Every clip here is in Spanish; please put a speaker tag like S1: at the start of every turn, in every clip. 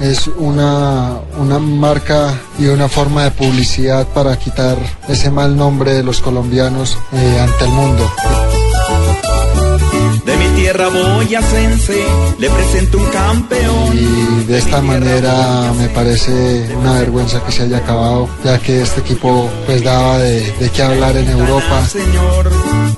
S1: es una, una marca y una forma de publicidad para quitar ese mal nombre de los colombianos eh, ante el mundo.
S2: De mi tierra boyacense le presento un campeón.
S1: Y de esta manera me parece una vergüenza que se haya acabado, ya que este equipo pues daba de, de qué hablar en Europa
S2: Señor,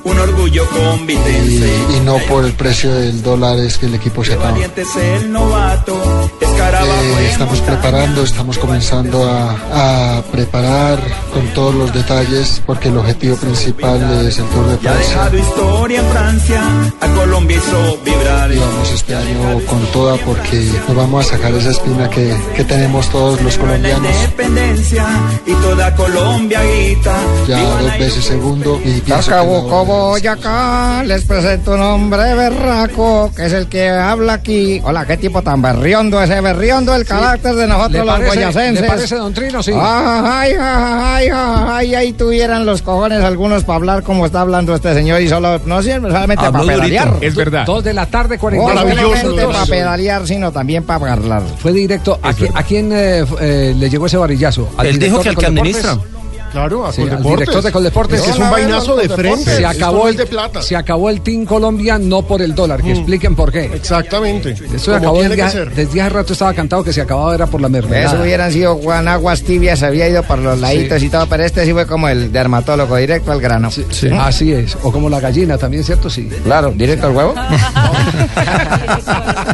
S2: un orgullo convitense.
S1: y, y no por el precio del dólar es que el equipo se acaba.
S2: Valiente es el novato, escarabajo
S1: Eh,
S2: en
S1: estamos
S2: montaña.
S1: preparando, estamos comenzando a, a preparar con todos los detalles porque el objetivo principal es el Tour de
S2: Ya ha
S1: Francia.
S2: dejado historia en Francia, a Colombia hizo vibrar.
S1: Y vamos este año con toda porque nos vamos a sacar esa espina que, que tenemos todos los
S2: La
S1: colombianos.
S2: independencia y toda Colombia grita.
S1: Ya
S2: Viva la
S1: dos veces segundo y
S3: Ya
S1: pienso que
S3: acabó
S1: no-
S3: como acá, les presento un hombre berraco, que es el que habla aquí. Hola, qué tipo tan berriondo ese, berriondo el carácter de nosotros los boyacenses.
S4: don Trino? Sí.
S3: Ay, ay, ay, ay, ahí tuvieran los cojones algunos para hablar como está hablando este señor y solo, no sirve solamente para pedalear.
S4: Es verdad. Dos de la tarde,
S3: No
S4: 40
S3: solamente para pedalear, sino también para hablar.
S4: Fue directo. ¿A, quién- a quién eh, f- eh, le llegó ese varillazo? ¿Al
S5: Él dijo
S4: director
S5: que
S4: de
S5: al que
S4: Coldeportes?
S5: administra.
S6: Claro, a
S4: Sí, al director de Coldeportes.
S6: Es que es un vainazo de frente.
S4: Se
S6: Esto no
S4: acabó,
S6: es
S4: el,
S6: de plata. Mm.
S4: se acabó el Team Colombia, no por el dólar. Que expliquen por qué.
S6: Exactamente.
S4: Eso se
S6: Como
S4: acabó
S6: tiene
S4: desde,
S6: que
S4: hace-
S6: ser.
S4: desde hace rato estaba cantado que se acababa era por la mermelada.
S3: Eso hubieran sido guanaguas tibias, había ido por los laditos y todo, pero este sí fue como el dermatólogo, directo al grano.
S4: Sí. Así es. O como la gallina también, ¿cierto? Sí.
S3: Claro, directo al huevo.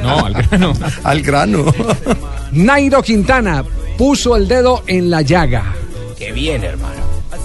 S5: No, al grano.
S4: Al grano. Nairo Quintana puso el dedo en la llaga.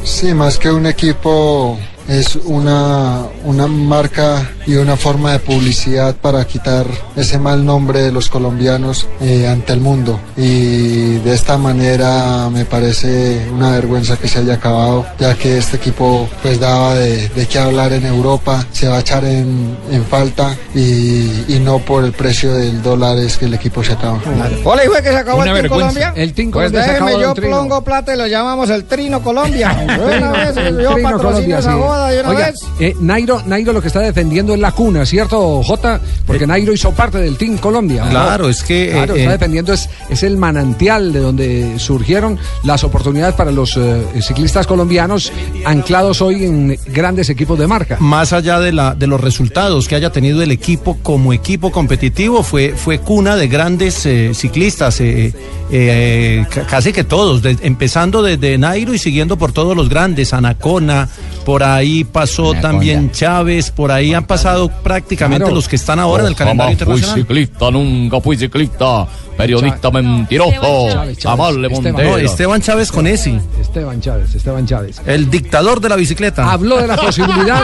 S1: Sí, más que un equipo es una, una marca y una forma de publicidad para quitar ese mal nombre de los colombianos eh, ante el mundo. Y de esta manera me parece una vergüenza que se haya acabado, ya que este equipo pues daba de, de qué hablar en Europa, se va a echar en, en falta y, y no por el precio del dólar es que el equipo se acaba.
S3: Hola, hijo, que se acabó el Team Colombia.
S4: El Team
S3: Pues
S4: Colombia se
S3: déjeme,
S4: acabó,
S3: yo
S4: don Trino.
S3: plongo plata y lo llamamos el Trino Colombia. De una vez,
S4: El
S3: yo
S4: Trino
S3: patrocino
S4: Colombia,
S3: esa
S4: sí.
S3: boda de una
S4: Oiga,
S3: vez.
S4: eh, Nairo, Nairo lo que está defendiendo es la cuna, ¿cierto, Jota? Porque Nairo hizo parte del Team Colombia. ¿no?
S5: Eh, Claro, es que.
S4: Claro,
S5: eh,
S4: está
S5: eh,
S4: defendiendo, es, es el manantial de donde surgieron las oportunidades para los eh, ciclistas colombianos anclados hoy en grandes equipos de marca.
S5: más allá de, la, de los resultados que haya tenido el equipo como equipo competitivo, fue, fue cuna de grandes eh, ciclistas, eh, eh, ca- casi que todos, de- empezando desde Nairo y siguiendo por todos los grandes, Anacona, por ahí pasó
S3: Anaconda.
S5: también Chávez, por ahí han pasado prácticamente
S4: Claro. pues,
S5: los que están ahora en el calendario internacional.
S7: ciclista, nunca fui ciclista. Periodista
S4: Esteban
S7: mentiroso.
S4: Chávez. Amable Esteban. Montero.
S5: No, Esteban Chávez con ese,
S4: Esteban Chávez, Esteban Chávez.
S5: el dictador de la bicicleta.
S4: Habló de la posibilidad.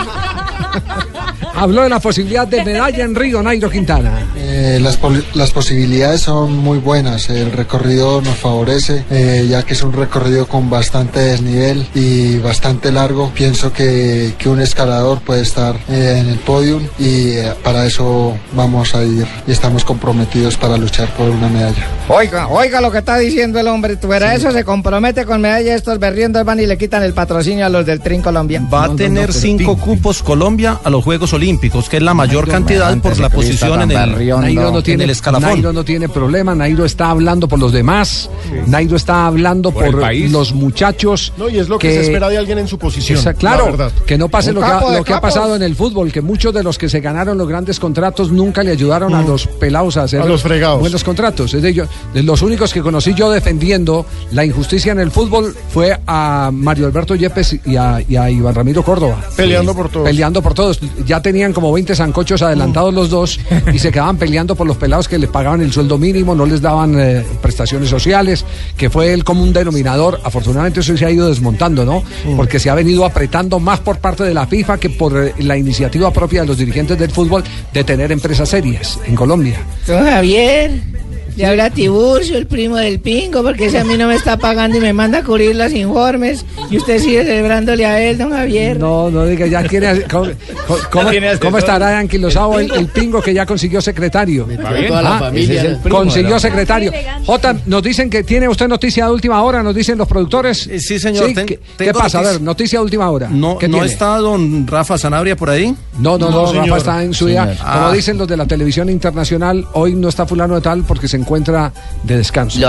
S4: habló de la posibilidad de medalla en Río, Nairo Quintana.
S1: Eh, las, poli- las posibilidades son muy buenas, el recorrido nos favorece, eh, ya que es un recorrido con bastante desnivel y bastante largo. Pienso que, que un escalador puede estar eh, en el podium y eh, para eso vamos a ir y estamos comprometidos para luchar por una medalla.
S3: Oiga, oiga lo que está diciendo el hombre. Tú verás, eso se compromete con medalla. Estos berriendos van y le quitan el patrocinio a los del Trin Colombia.
S5: Va a tener cinco cupos Colombia a los Juegos olímpicos, que es la mayor cantidad por la posición en el,
S4: Nairo no tiene,
S5: en el escalafón.
S4: Nairo no tiene problema, Nairo está hablando por los demás, Nairo está hablando
S8: Por
S4: por,
S8: el país.
S4: los muchachos.
S8: No, y es lo que, se espera de alguien en su posición.
S4: Esa-
S8: la
S4: claro,
S8: verdad.
S4: que no pase
S8: Un
S4: lo que, ha,
S8: capo de
S4: lo que ha
S8: capos.
S4: pasado en el fútbol, que muchos de los que se ganaron los grandes contratos nunca le ayudaron a
S8: Mm.
S4: los pelados a hacer
S8: A los fregados.
S4: buenos contratos. Es de, ello- de los únicos que conocí yo defendiendo la injusticia en el fútbol fue a Mario Alberto Yepes y a, y a Iván Ramiro Córdoba.
S8: Peleando
S4: Sí.
S8: por todos.
S4: Peleando por todos. Ya tenían como 20 zancochos adelantados los dos y se quedaban peleando por los pelados que les pagaban el sueldo mínimo, no les daban eh, prestaciones sociales, que fue el común denominador. Afortunadamente eso se ha ido desmontando, ¿no?
S8: Mm.
S4: Porque se ha venido apretando más por parte de la FIFA que por eh, la iniciativa propia de los dirigentes del fútbol de tener empresas serias en Colombia.
S9: Don Javier, le habla Tiburcio, el primo del pingo, porque ese a mí no me está pagando y me manda a cubrir los informes. Y usted sigue celebrándole a él, don Javier.
S4: No, no diga, ya quiere. ¿Cómo, cómo- cómo-
S9: tiene asesor.
S4: cómo estará anquilosado el, el pingo que ya consiguió secretario? Ah,
S10: pagué toda la familia,
S4: ese es el
S10: ¿no? primo,
S4: consiguió
S10: ¿no?
S4: secretario. J, nos dicen que tiene usted noticia de última hora, nos dicen los productores.
S5: Eh, sí, señor, ten-
S4: ¿qué,
S5: tengo
S4: qué pasa? A
S5: noticia.
S4: ver, noticia de última hora.
S5: No,
S4: ¿Qué
S5: ¿no
S4: tiene?
S5: está don Rafa Sanabria por ahí?
S4: No, no, no, Rafa está en su día.
S5: Señor.
S4: Como
S5: Ah.
S4: dicen los de la televisión internacional, hoy no está fulano de tal porque se encuentra de descanso.
S5: Yo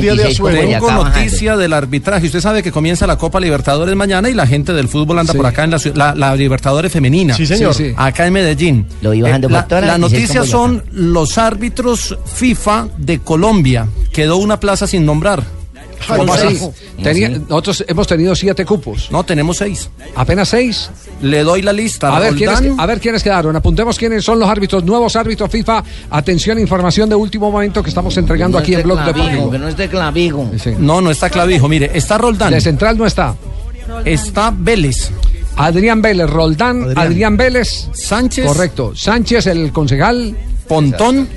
S5: Tengo noticia del arbitraje. Usted sabe que comienza la Copa Libertadores mañana y la gente del fútbol anda
S11: Sí.
S5: por acá en la, ciu- la, la Libertadores femenina.
S11: Sí, señor. Sí, sí.
S5: Acá en Medellín. Eh,
S11: Lo iba bajando por
S5: la-
S11: todas las
S5: Las noticias
S11: noticias con
S5: son los árbitros FIFA de Colombia. Quedó una plaza sin nombrar.
S4: ¿Cómo
S5: Son
S4: así?
S5: seis.
S4: Tenía- nosotros hemos tenido siete cupos.
S5: No, tenemos seis.
S4: ¿Apenas seis?
S5: Le doy la lista.
S4: A ver,
S5: Roldán.
S4: quiénes, a ver quiénes quedaron. Apuntemos quiénes son los árbitros, nuevos árbitros FIFA. Atención, información de último momento que estamos entregando aquí en Blog Deportivo.
S5: no esté clavijo. No, no está clavijo. Mire, está Roldán.
S4: De central no está.
S5: Está Vélez.
S4: Adrián Vélez, Roldán, Adrián, Vélez.
S5: Sánchez.
S4: Correcto. Sánchez, el concejal.
S5: Pontón.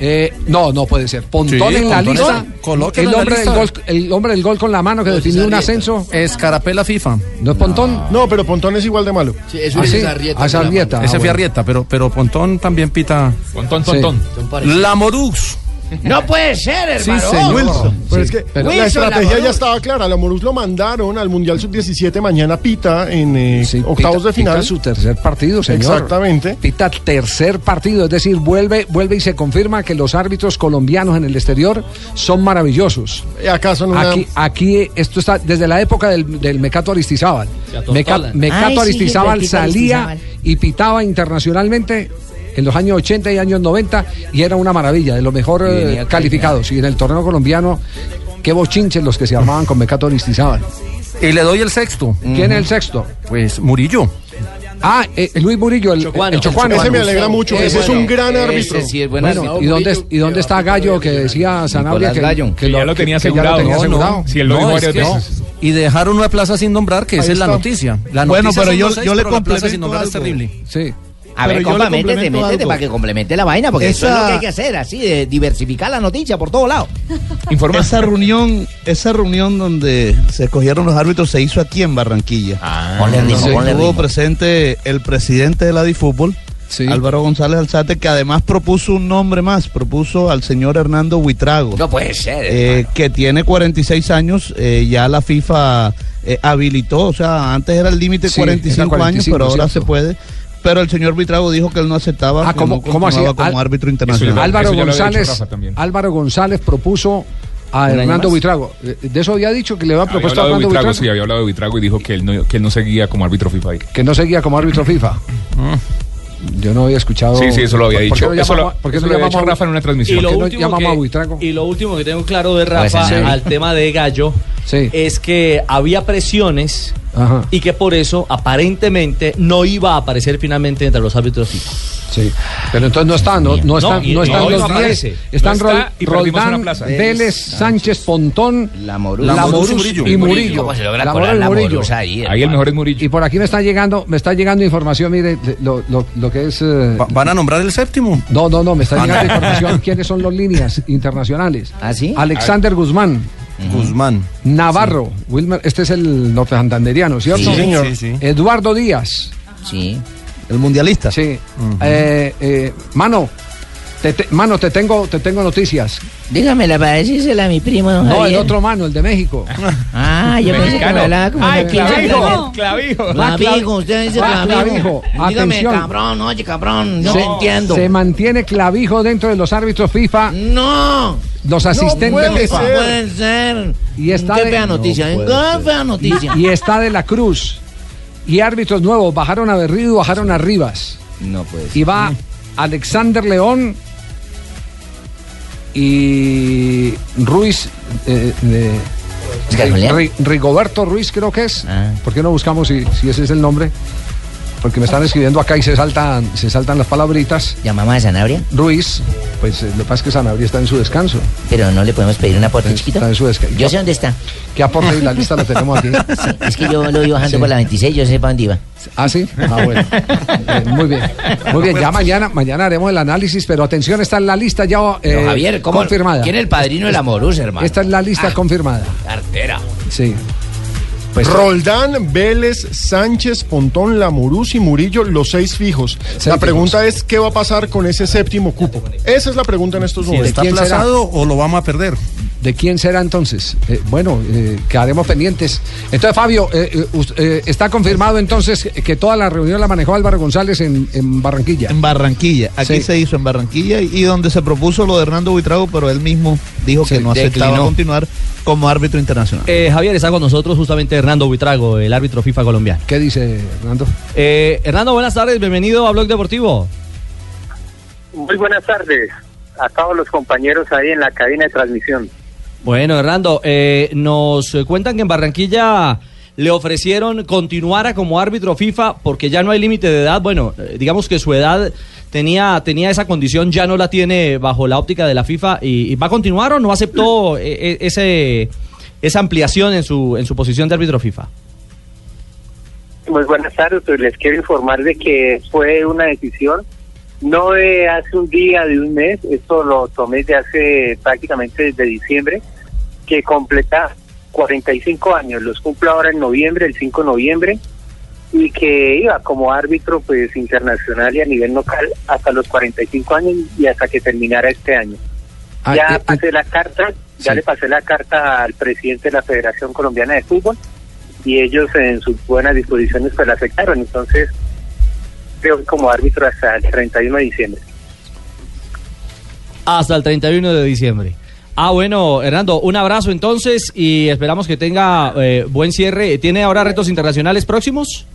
S4: Eh, no, no puede ser. Pontón
S5: Sí,
S4: en la
S5: Pontón.
S4: lista.
S5: Colóquenlo
S4: El
S5: en la
S4: hombre, del
S5: lista. Pues
S4: gol, el hombre del gol con la mano que definió un ascenso.
S5: Escarapela FIFA.
S4: ¿No es Pontón?
S8: Ah, No, pero Pontón es igual de malo. Sí,
S4: eso Ah, es sí, Arrieta. ah, Arrieta.
S5: Ese
S4: Ah,
S5: fue
S4: bueno.
S5: Arrieta, pero, pero Pontón también pita. Pontón,
S4: Sí. Pontón.
S5: La Morux.
S9: No puede ser,
S5: Sí,
S9: hermano.
S5: señor.
S8: Wilson. Pero es que
S5: pero-
S8: la
S5: Wilson,
S8: estrategia
S5: la
S8: ya estaba clara. La Morus lo mandaron al Mundial Sub-17 mañana pita en eh, octavos
S4: Pita-
S8: de final.
S4: Pita su tercer partido, señor.
S8: Exactamente.
S4: Pita tercer partido, es decir, vuelve, vuelve y se confirma que los árbitros colombianos en el exterior son maravillosos.
S8: ¿Acaso no una-
S4: Aquí, aquí esto está desde la época del, del Mecato Aristizábal.
S8: Se
S4: Meca-
S8: atostolan.
S4: Mecato
S8: Ay, sí,
S4: Aristizábal
S8: Gilbertico
S4: salía
S8: Aristizábal.
S4: y pitaba internacionalmente en los años 80 y años 90 y era una maravilla, de los mejor eh,
S11: Venía
S4: calificados. Y en el torneo colombiano, qué bochinches los que se armaban con Mecato Aristizábal.
S5: Y le doy el sexto.
S4: ¿Quién es el sexto?
S5: Pues Murillo.
S4: Ah, eh, Luis Murillo, el chocuano. El chocuano.
S8: Ese me alegra mucho,
S4: Eh,
S8: ese es un gran
S4: ese
S8: árbitro.
S4: sí es buen árbitro. ¿Y dónde, ¿Y dónde está Gallo que decía Sanabria que, que
S5: ya lo
S4: que- que ya lo tenía asegurado?
S5: No, es que no. Y dejaron una plaza sin nombrar, que esa
S4: Ahí
S5: es la
S4: está.
S5: noticia. La
S4: Bueno,
S5: noticia
S4: pero
S5: son
S4: yo-
S5: los seis,
S4: yo le
S5: pero la plaza sin
S4: complemento
S5: nombrar es
S4: algo.
S5: terrible.
S4: Sí.
S11: A ver,
S5: Pero yo le
S11: compa, métete,
S5: complemento
S11: métete
S5: algo.
S11: para que complemente la vaina, porque eso
S12: Esa-
S11: es lo que hay que hacer, así, de diversificar la noticia por todos lados.
S12: Esa reunión, esa reunión donde se escogieron los árbitros se hizo aquí en Barranquilla.
S4: Ah.
S11: Ponle ritmo,
S12: Donde
S11: ponle
S12: estuvo
S11: ritmo.
S12: presente el presidente de la Difútbol, Álvaro González Alzate, que además propuso un nombre más, propuso al señor Hernando Huitrago.
S11: No puede ser,
S12: eh, que tiene 46 años, eh, ya la FIFA eh, habilitó, o sea, antes era el límite de
S4: Sí,
S12: 45,
S4: era
S12: años,
S4: 45,
S12: pero ahora
S4: cierto.
S12: se puede. Pero el señor Huitrago dijo que él no aceptaba
S4: Ah,
S12: que
S4: ¿cómo,
S12: no
S4: ¿cómo así?
S12: continuaba como
S4: Al-
S12: árbitro internacional.
S4: Álvaro González, Álvaro González propuso a
S13: ¿Un año
S4: Hernando
S13: más?
S4: Buitrago. Eh, De eso había dicho que le había
S13: Había
S4: propuesto a
S13: hablado Ah, de
S4: Hernando
S13: Buitrago,
S4: Buitrago.
S13: sí, había hablado de Buitrago y dijo que él no, que él no seguía como árbitro FIFA ahí.
S4: Que no seguía como árbitro FIFA. Yo no había escuchado.
S13: Sí, sí, eso lo había
S4: ¿Por- por
S13: dicho.
S4: qué no
S13: Eso lo-
S4: llamamos a- ¿Por qué
S13: eso
S4: no
S13: lo había
S4: llamamos a
S13: hecho Rafa en una
S14: Y
S4: ¿Por
S13: transmisión.
S14: lo,
S4: qué no
S14: último
S4: llamamos a Buitrago?
S14: que, y lo último que tengo claro de
S4: Pues,
S14: Rafa
S4: sí.
S14: al tema de Gallo es que había presiones
S4: Ajá.
S14: y que por eso aparentemente no iba a aparecer finalmente entre los árbitros FIFA.
S4: Sí, pero entonces no está, no, no están,
S14: y-
S4: no están
S14: no, y no
S4: los 10.
S14: aparece.
S4: Están
S14: No
S4: Rol-
S14: está y perdimos
S4: Roldán,
S14: una plaza.
S4: Vélez, Sánchez, Pontón,
S11: Lamoruz.
S4: Lamoruz y Murillo.
S11: ¿Cómo se logra
S4: Lamoruz
S11: colar
S4: y
S11: Lamoruz
S4: Murillo.
S11: ahí,
S13: el mejor es Murillo.
S4: Y por aquí me está llegando, me está llegando información, mire, de- lo, lo- lo que es... eh,
S5: ¿Van a nombrar el séptimo?
S4: No, no, no, me está llegando información quiénes son los líneas internacionales.
S11: ¿Ah, sí?
S4: Alexander Guzmán.
S5: Guzmán.
S4: Navarro. Wilmer, este es el norte santanderiano, ¿cierto?
S11: Sí, señor. Sí, sí.
S4: Eduardo Díaz.
S11: Sí.
S4: El mundialista. eh, Sí. Eh, eh, mano, te te- mano, te tengo, te tengo noticias.
S15: Dígamela para decírsela a mi primo, don
S4: No, el
S15: Javier.
S4: otro mano, el de México.
S15: Ah, yo pensé que me hablaba como de-
S4: clavijo.
S10: Clavijo, usted dice clavijo. Dígame,
S4: Atención.
S10: cabrón, oye, cabrón, no
S4: se,
S10: entiendo.
S4: se mantiene clavijo dentro de los árbitros FIFA.
S10: No.
S4: Los asistentes
S10: puede
S4: FIFA.
S10: ser. Puede ser.
S4: Y está
S10: Qué
S4: de-
S10: fea noticia, ¿eh?
S4: No
S10: qué
S4: puede ser.
S10: fea noticia.
S4: Y, y está de la Cruz. Y árbitros nuevos. Bajaron a Berrido y bajaron a Rivas.
S10: No puede
S4: Y va Alexander León y Ruiz. eh, eh, Ri- Rigoberto Ruiz creo que es.
S10: Ah.
S4: ¿Por qué no buscamos si, si ese es el nombre? Porque me están escribiendo acá y se saltan, se saltan las palabritas.
S10: ¿Llamamos a Sanabria?
S4: Ruiz. Pues eh, lo que pasa es que Sanabria está en su descanso.
S10: Pero no le podemos pedir un aporte chiquito.
S4: Está en su descanso.
S10: Yo sé dónde está.
S4: ¿Qué aporte? Y La lista la tenemos aquí.
S10: Es que yo lo iba bajando por la 26, yo sé para dónde iba.
S4: ¿Ah, sí? Ah, bueno. Eh, muy bien. Muy bien, ya mañana, mañana haremos el análisis, pero atención, está en la lista ya eh,
S10: Pero, Javier, ¿cómo-
S4: confirmada.
S10: quién es el padrino de la Morús, hermano? Ah,
S4: Esta es la lista confirmada.
S10: Cartera.
S4: Sí. Pues
S8: Roldán, Vélez, Sánchez, Pontón, Lamurús y Murillo, los seis fijos. la pregunta es, ¿qué va a pasar con ese séptimo cupo? Esa es la pregunta en estos
S16: Si
S8: momentos.
S16: está aplazado o lo vamos a perder.
S4: ¿De quién será entonces? Eh, bueno, eh, quedaremos pendientes. Entonces, Fabio, eh, eh, us- eh, está confirmado entonces que toda la reunión la manejó Álvaro González en, en Barranquilla.
S12: En Barranquilla, aquí
S4: Sí.
S12: se hizo en Barranquilla y, y donde se propuso lo de Hernando Buitrago, pero él mismo dijo que no aceptaba
S14: declinó.
S12: continuar como árbitro internacional.
S14: Eh, Javier, está con nosotros justamente Hernando Buitrago, el árbitro FIFA colombiano. Eh,
S4: ¿Qué dice Hernando?
S14: Hernando, buenas tardes, bienvenido a Blog Deportivo.
S17: Muy buenas tardes a todos los compañeros ahí en la cabina de transmisión.
S14: Bueno, Hernando, eh, nos eh, cuentan que en Barranquilla le ofrecieron continuara como árbitro FIFA porque ya no hay límite de edad. Bueno, eh, digamos que su edad tenía, tenía esa condición, ya no la tiene bajo la óptica de la FIFA y, y va a continuar o no aceptó eh, eh, ese, esa ampliación en su, en su posición de árbitro FIFA.
S17: Muy buenas tardes, pues les quiero informar de que fue una decisión no de hace un día, de un mes, esto lo tomé de hace prácticamente desde diciembre, que completa 45 años, los cumplo ahora en noviembre, el 5 de noviembre, y que iba como árbitro pues internacional y a nivel local hasta los 45 años y hasta que terminara este año.
S4: Ah,
S17: ya
S4: eh,
S17: pasé la carta, ya le pasé la carta al presidente de la Federación Colombiana de Fútbol y ellos en sus buenas disposiciones pues la aceptaron. Entonces, creo que como árbitro hasta el 31 de diciembre.
S14: Hasta el 31 de diciembre. Ah, bueno, Hernando, un abrazo entonces y esperamos que tenga eh, buen cierre. ¿Tiene ahora retos internacionales próximos?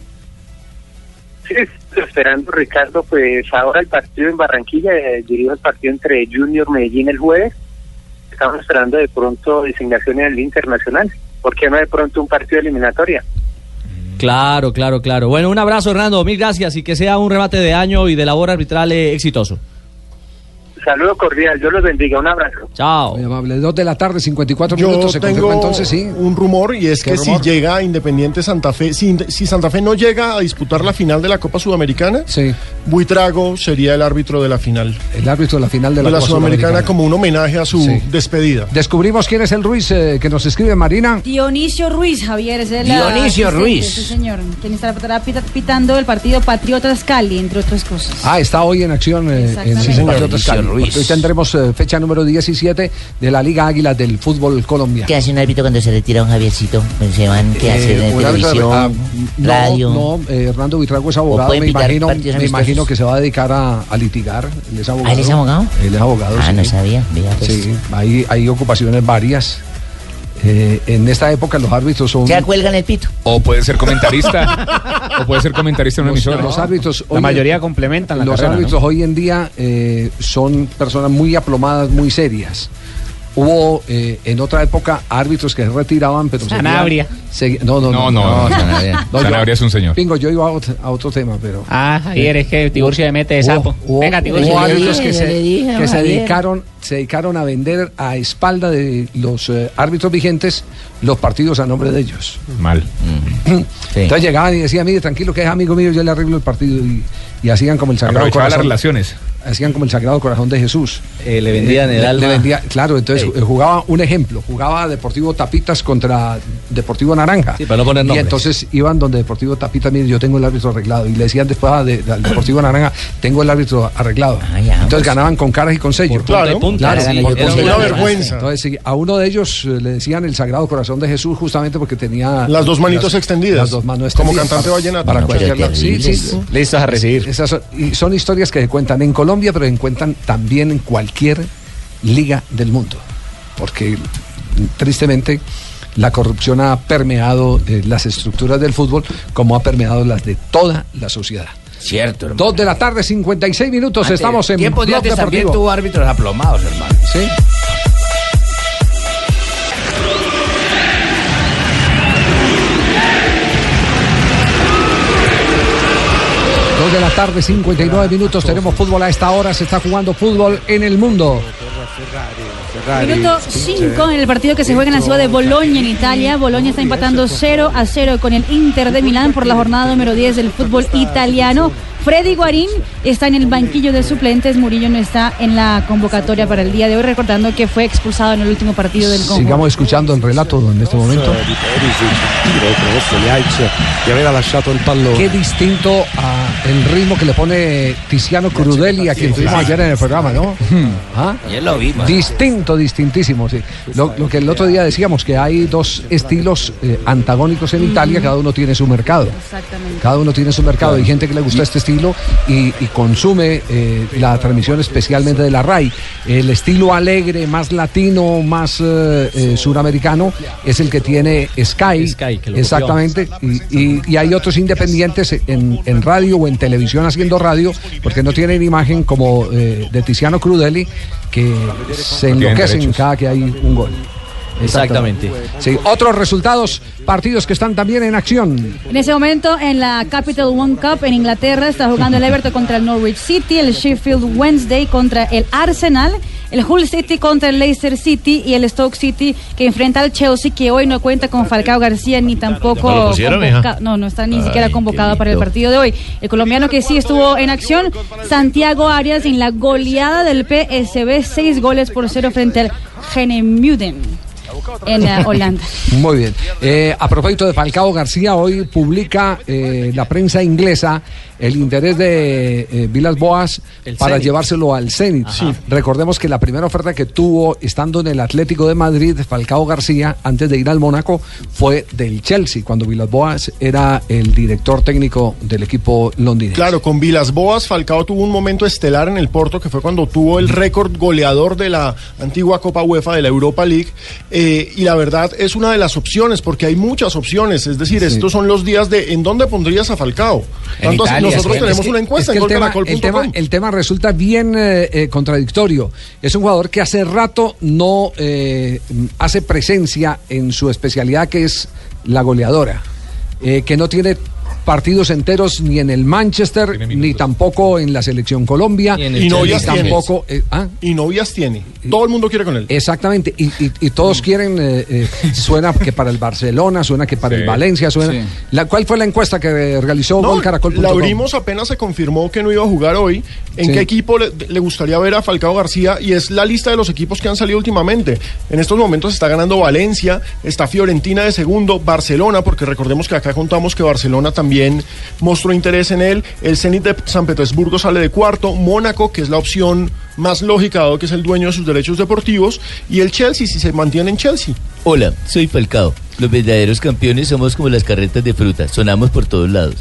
S17: Sí, estoy esperando Ricardo, pues ahora el partido en Barranquilla, eh, dirijo el partido entre Junior Medellín el jueves. Estamos esperando de pronto designaciones del internacional. ¿Por qué no de pronto un partido eliminatoria?
S14: Claro, claro, claro. Bueno, un abrazo, Hernando. Mil gracias y que sea un remate de año y de labor arbitral eh, exitoso.
S17: Saludo cordial, yo los bendiga, un abrazo.
S14: Chao.
S4: Muy amable. Dos de la tarde, 54
S8: Yo
S4: minutos. Se
S8: tengo
S4: confirma entonces, sí.
S8: un rumor y es
S4: ¿Qué
S8: que
S4: rumor?
S8: si llega Independiente Santa Fe, si, si Santa Fe no llega a disputar la final de la Copa Sudamericana, Buitrago sería el árbitro de la final.
S4: El árbitro de la final de la Copa
S8: Sudamericana,
S4: Sudamericana.
S8: como un homenaje a su
S4: Sí.
S8: despedida.
S4: Descubrimos quién es el Ruiz eh, que nos escribe Marina.
S18: Dionisio Ruiz, Javier, es el
S4: Dionisio
S18: asistente,
S4: Ruiz.
S18: Sí, señor, quien estará pita- pitando el partido Patriotas Cali, entre otras cosas.
S4: Ah, está hoy en acción eh, en
S18: Exactamente.
S4: el
S18: Sí, señor.
S4: Patriotas
S10: Mauricio
S4: Cali, porque
S10: Ruiz.
S4: Hoy tendremos eh, fecha número 17 de la Liga Águila del Fútbol Colombiano.
S10: ¿Qué hace un árbitro cuando se retira un Javiercito? Pues se van, ¿qué hace?
S4: Eh,
S10: ¿De
S4: un árbitro-
S10: televisión?
S4: ah, no,
S10: radio.
S4: No, eh, Hernando Buitrago es abogado.
S10: pueden
S4: Me
S10: pitar
S4: imagino,
S10: partidos
S4: me
S10: amistosos?
S4: imagino que se va a dedicar a, a litigar. Él es abogado.
S10: ¿Ah, él es abogado?
S4: Él es abogado.
S10: Ah,
S4: sí.
S10: no sabía. Vea, pues.
S4: Sí, hay, hay ocupaciones varias. Eh, en esta época los árbitros son.
S10: Ya cuelgan el pito.
S13: O puede ser comentarista. o puede ser comentarista en una
S4: Los,
S13: emisora.
S4: los árbitros.
S13: La mayoría
S4: complementan
S13: la
S4: Los
S13: carrera,
S4: árbitros hoy en día eh, son personas muy aplomadas, muy serias. Hubo eh, en otra época árbitros que se retiraban, pero. seguían-
S13: Sanabria.
S4: segui- no, no, no.
S13: No, no, no, Sanabria.
S4: yo-
S13: Sanabria es un señor.
S4: Pingo, yo iba a ot- a otro tema, pero.
S19: Ah, Javier, es que Tiburcio le mete de sapo. Venga, Tiburcio.
S4: Hubo árbitros que, se, que se
S19: Javier.
S4: dedicaron, se dedicaron a vender a espalda de los eh, árbitros vigentes los partidos a nombre de ellos.
S13: Mal. Mm.
S4: Entonces llegaban y decían, mire, tranquilo, que es amigo mío, yo le arreglo el partido. Y, y hacían como el Sagrado
S13: Aprovechaba las
S4: Corazón.
S13: relaciones.
S4: Hacían como el Sagrado Corazón de Jesús.
S14: Eh, le vendían el
S4: le
S14: alma.
S4: vendía- claro, entonces eh, jugaba un ejemplo, jugaba Deportivo Tapitas contra Deportivo Naranja.
S14: Sí, para no poner
S4: Y
S14: nombres.
S4: entonces iban donde Deportivo Tapitas, mire, yo tengo el árbitro arreglado. Y le decían después a de- al Deportivo Naranja, tengo el árbitro arreglado. entonces ganaban con caras y con sellos.
S8: punta Claro. y punta.
S4: Claro,
S8: Era
S4: por
S8: una
S4: punta y
S8: vergüenza.
S4: punta. Entonces sí, a uno de ellos eh, le decían el Sagrado Corazón de Jesús justamente porque tenía...
S8: Las dos manitos
S4: las-
S8: extendidas.
S4: Las dos manos
S8: Como
S4: extendidas.
S8: cantante vallenato.
S4: Para
S8: No,
S4: cualquier
S8: qué
S4: lado. Sí, sí,
S8: terrible.
S4: sí.
S8: Listos a recibir.
S4: Esas son, y son historias que se cuentan en Colombia, pero se cuentan también en cualquier liga del mundo. Porque tristemente la corrupción ha permeado eh, las estructuras del fútbol como ha permeado las de toda la sociedad.
S19: Cierto, hermano.
S4: Dos de la tarde, 56 minutos,
S19: Antes,
S4: estamos en
S19: tiempos de
S4: Blog
S19: antes también
S4: Deportivo.
S19: tuvo árbitros aplomados, hermano.
S4: Sí. Dos de la tarde, 59 minutos, tenemos fútbol a esta hora, se está jugando fútbol en el mundo.
S18: Minuto 5 en el partido que se juega en la ciudad de Bolonia, en Italia. Bolonia está empatando 0 a 0 con el Inter de Milán por la jornada número 10 del fútbol italiano. Freddy Guarín está en el banquillo de suplentes. Murillo no está en la convocatoria para el día de hoy, recordando que fue expulsado en el último partido del conjunto.
S4: Sigamos escuchando el relato en este momento.
S20: di Perisic, tiro cross di Aic che aveva lasciato il pallone.
S4: Qué distinto a el ritmo que le pone Tiziano Crudeli, a quien tuvimos ayer en el programa, ¿no? ¿Ah?
S19: Ayer lo vimos.
S4: Distinto, distintísimo, sí. Lo, lo que el otro día decíamos, que hay dos estilos eh, antagónicos en Italia, cada uno tiene su mercado. Cada uno tiene su mercado. Hay gente que le gusta este estilo y, y consume eh, la transmisión especialmente de la RAI. El estilo alegre, más latino, más eh, eh, suramericano, es el que tiene Sky.
S14: que lo copió.
S4: exactamente. Y, y- y hay otros independientes en, en radio o en televisión haciendo radio, porque no tienen imagen como eh, de Tiziano Crudeli, que se
S14: tienen
S4: enloquecen
S14: derechos.
S4: cada que hay un gol.
S14: Exactamente.
S4: Sí, otros resultados, partidos que están también en acción.
S18: En ese momento, en la Capital One Cup en Inglaterra, está jugando el Everton contra el Norwich City, el Sheffield Wednesday contra el Arsenal, el Hull City contra el Leicester City y el Stoke City que enfrenta al Chelsea, que hoy no cuenta con Falcao García ni tampoco.
S21: ¿No lo pusieron,
S18: convoca-
S21: hija?
S18: No, no está ni
S21: Ay,
S18: siquiera
S21: qué
S18: convocado para el
S21: lindo.
S18: partido de hoy. El colombiano que sí estuvo en acción, Santiago Arias, en la goleada del PSB, seis goles por cero frente al Genemuden en eh, Holanda.
S4: Muy bien. Eh, a propósito de Falcao García, hoy publica eh, la prensa inglesa el interés de eh, Vilas Boas
S22: El
S4: para
S22: Zenit.
S4: llevárselo al Zenit.
S22: Ajá.
S4: Recordemos que la primera oferta que tuvo estando en el Atlético de Madrid, Falcao García, antes de ir al Mónaco, fue del Chelsea, cuando Vilas Boas era el director técnico del equipo londinense.
S8: Claro, con Vilas Boas, Falcao tuvo un momento estelar en el Porto, que fue cuando tuvo el récord goleador de la antigua Copa UEFA de la Europa League. eh, y la verdad es una de las opciones, porque hay muchas opciones. Es decir, estos son los días de ¿en dónde pondrías a Falcao? Tanto así, nosotros
S4: Es
S8: tenemos
S4: que-
S8: una encuesta
S4: es que
S8: en
S4: el, tema,
S8: golcaracol.com.
S4: el tema- el tema resulta bien eh, eh, contradictorio. Es un jugador que hace rato no eh, hace presencia en su especialidad, que es la goleadora, eh, que no tiene partidos enteros ni en el Manchester, ni tampoco en la selección Colombia,
S8: en el Y novias
S4: ni
S8: tiene.
S4: tampoco...
S8: Y novias tiene. Todo el mundo quiere con él.
S4: eh, ah. Exactamente. Y, y- y todos quieren... eh, eh, suena que para el Barcelona, suena que para el Valencia, suena...
S8: Sí.
S4: La, ¿Cuál fue la encuesta que realizó
S8: No,
S4: golcaracol.com?
S8: la abrimos apenas se confirmó que no iba a jugar hoy. ¿En
S4: Sí.
S8: qué equipo le, le gustaría ver a Falcao García? Y es la lista de los equipos que han salido últimamente. En estos momentos está ganando Valencia, está Fiorentina de segundo, Barcelona, porque recordemos que acá contamos que Barcelona también mostró interés en él. El Zenit de San Petersburgo sale de cuarto, Mónaco, que es la opción más lógica, dado que es el dueño de sus derechos deportivos, y el Chelsea, si se mantiene en Chelsea.
S23: Hola, soy Falcao. Los verdaderos campeones somos como las carretas de fruta, sonamos por todos lados.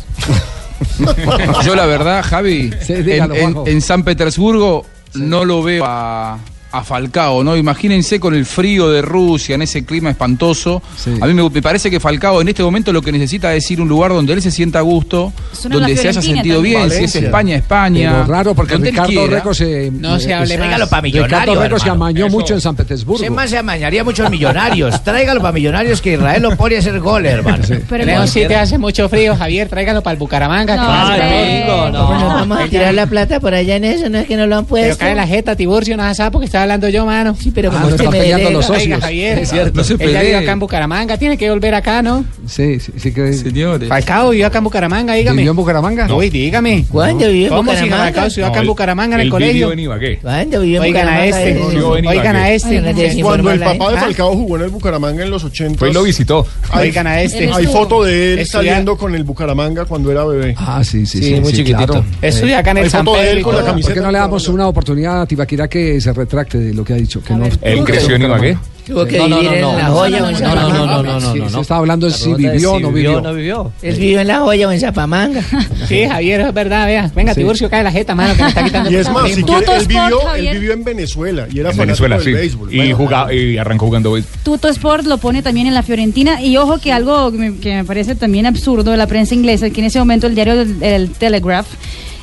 S22: Yo la verdad, Javi,
S4: dígalo,
S22: en, en-
S4: Juanjo.
S22: en San Petersburgo no lo veo a, a Falcao, ¿no? Imagínense con el frío de Rusia, en ese clima espantoso. A mí me, me parece que Falcao en este momento lo que necesita es ir a un lugar donde él se sienta a gusto,
S4: Suena
S22: donde
S4: la
S22: se haya
S4: Fiorentina
S22: sentido bien,
S4: también.
S22: si es España,
S4: Valencia.
S22: España.
S4: Pero raro porque
S22: donde él
S4: Ricardo
S22: quiera.
S4: Reco se eh,
S22: No se hable más.
S4: es-
S19: Tráigalo para millonarios.
S4: Ricardo Reco se
S19: hermano.
S4: amañó
S19: Eso.
S4: mucho en San Petersburgo.
S19: Se más se amañaría muchos millonarios. Tráigalo para millonarios que Israel lo pone a hacer gol, hermano.
S15: Pero León sí te hace mucho frío, Javier, tráigalo para el Bucaramanga.
S19: No,
S15: que hace
S19: hombre.
S15: calor.
S19: Ay, no, no.
S15: Bueno,
S19: Vamos
S9: Vamos a tirar la plata por allá en eso, no es que no lo han
S15: Pero
S9: puesto.
S15: cae la jeta, Tiburcio, no asado porque está
S24: hablando yo, mano. Sí, pero
S4: como no usted está me Ah, peleando delega. los
S24: Oiga,
S4: socios.
S24: Javier,
S4: Es cierto. No se
S24: Ella
S4: pelee.
S24: vive acá en Bucaramanga, tiene que volver acá, ¿no?
S4: Sí, sí, sí que... Señores.
S24: Falcao vivió acá en Bucaramanga, dígame.
S4: ¿Vivió en Bucaramanga?
S24: Uy, dígame.
S4: ¿Cuándo
S24: No.
S4: vivió en
S24: ¿Cómo si
S4: Bucaramanga?
S24: Falcao estudió acá en
S4: No,
S24: Bucaramanga en
S4: él
S24: el colegio?
S4: vivió en
S13: Ibagué.
S24: en Oigan a Bucaramanga? este. Vivió en Oigan Ibagué. a este.
S8: Cuando el
S24: Desinforma la-
S8: papá de
S24: ¿Ah?
S8: Falcao jugó en el Bucaramanga en los 80.
S13: Fue y lo visitó.
S8: Hay,
S24: Oigan a este.
S8: Hay foto de él
S24: Estudia-
S8: saliendo con el Bucaramanga cuando era bebé.
S4: Ah, sí, sí,
S8: sí, sí, claro.
S24: Estudia acá en el
S8: Hay
S24: San
S8: foto de
S24: Pedro
S8: él
S24: y
S8: con la
S24: todo.
S4: ¿Por qué
S8: camiseta.
S4: no le damos una oportunidad a Tibaquirá que se retracte de lo que ha dicho? Que no,
S13: Él creció en Ibagué.
S15: Tuvo que vivir en La Joya o en Zapamanga.
S4: Sí, se está hablando de si vivió o no vivió.
S15: Él vivió en La Joya o en Zapamanga.
S24: Sí, Javier, es verdad, vea. Venga,
S4: Sí.
S24: Tiburcio, cae la jeta, mano, que me está quitando.
S8: Y es más, si quiere, él vivió, él
S18: Javier.
S8: vivió en Venezuela y era
S13: En
S8: fanático
S13: Venezuela,
S8: del
S13: sí.
S8: béisbol.
S13: Y, jugaba- y arrancó jugando béisbol.
S18: Tuto Sport lo pone también en la Fiorentina y ojo que algo que me, que me parece también absurdo de la prensa inglesa, que en ese momento el diario del- el Telegraph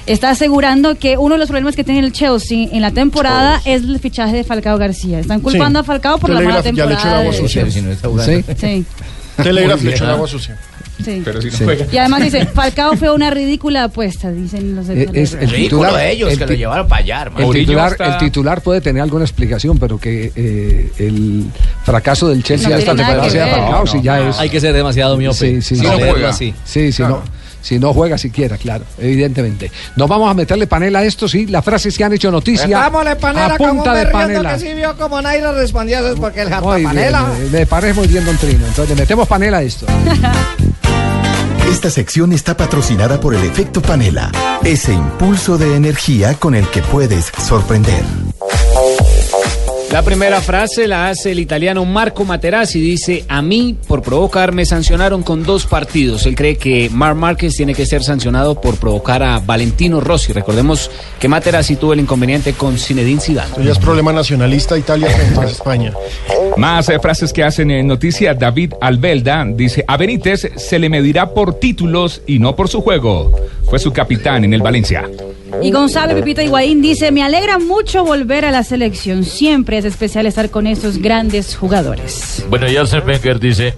S18: está asegurando que uno de los problemas que tiene el Chelsea en la temporada es el fichaje de Falcao García. Están culpando a Falcao por la mala
S8: Telegraph ya le echó el
S18: temporada.
S8: agua
S18: de-
S8: sucia.
S18: Sí,
S8: Telegraph le
S4: Muy
S8: echó el
S4: bien.
S8: agua sucia.
S18: sí.
S13: Pero si no
S4: Sí.
S13: juega.
S18: Y además dice, Falcao fue una ridícula apuesta, dicen los del
S4: Eh, es
S18: Telegraph.
S4: el titular, el ti-
S25: para allá, hermano.
S4: El
S25: Mourinho
S4: titular,
S25: está-
S4: el titular puede tener alguna explicación, pero que eh, el fracaso del Chelsea
S14: No
S4: esta
S14: tiene nada
S4: temporada
S14: que
S4: sea
S14: ver.
S4: Falcao,
S14: No,
S4: si
S14: no,
S4: ya
S14: no.
S4: es.
S14: Hay que ser demasiado miope.
S4: Sí, sí,
S14: Si no
S4: sí.
S14: juega. así.
S4: Sí, si no, si no juega siquiera, claro, evidentemente. Nos vamos a meterle panela a esto, sí, las frases que han hecho noticia.
S3: Dámosle panela
S4: a
S3: como
S4: punta
S3: un
S4: de
S3: berriondo
S4: panela.
S3: que sí vio como Naira respondía eso es porque el japa
S4: Muy bien,
S3: panela.
S4: eh, me parece muy bien, don Trino. Entonces, le metemos panela a esto.
S5: Esta sección está patrocinada por el efecto panela, ese impulso de energía con el que puedes sorprender.
S19: La primera frase la hace el italiano Marco Materazzi. Dice: A mí, por provocar, me sancionaron con dos partidos. Él cree que Marc Márquez tiene que ser sancionado por provocar a Valentino Rossi. Recordemos que Materazzi tuvo el inconveniente con Zinedine Zidane.
S8: Eso ya es problema nacionalista Italia frente a España.
S13: Más eh, frases que hacen en noticia. David Albelda dice, a Benítez se le medirá por títulos y no por su juego. Fue su capitán en el Valencia.
S18: Y Gonzalo Pipita Higuaín dice, me alegra mucho volver a la selección. Siempre es especial estar con estos grandes jugadores.
S7: Bueno, Joseph Wenger dice,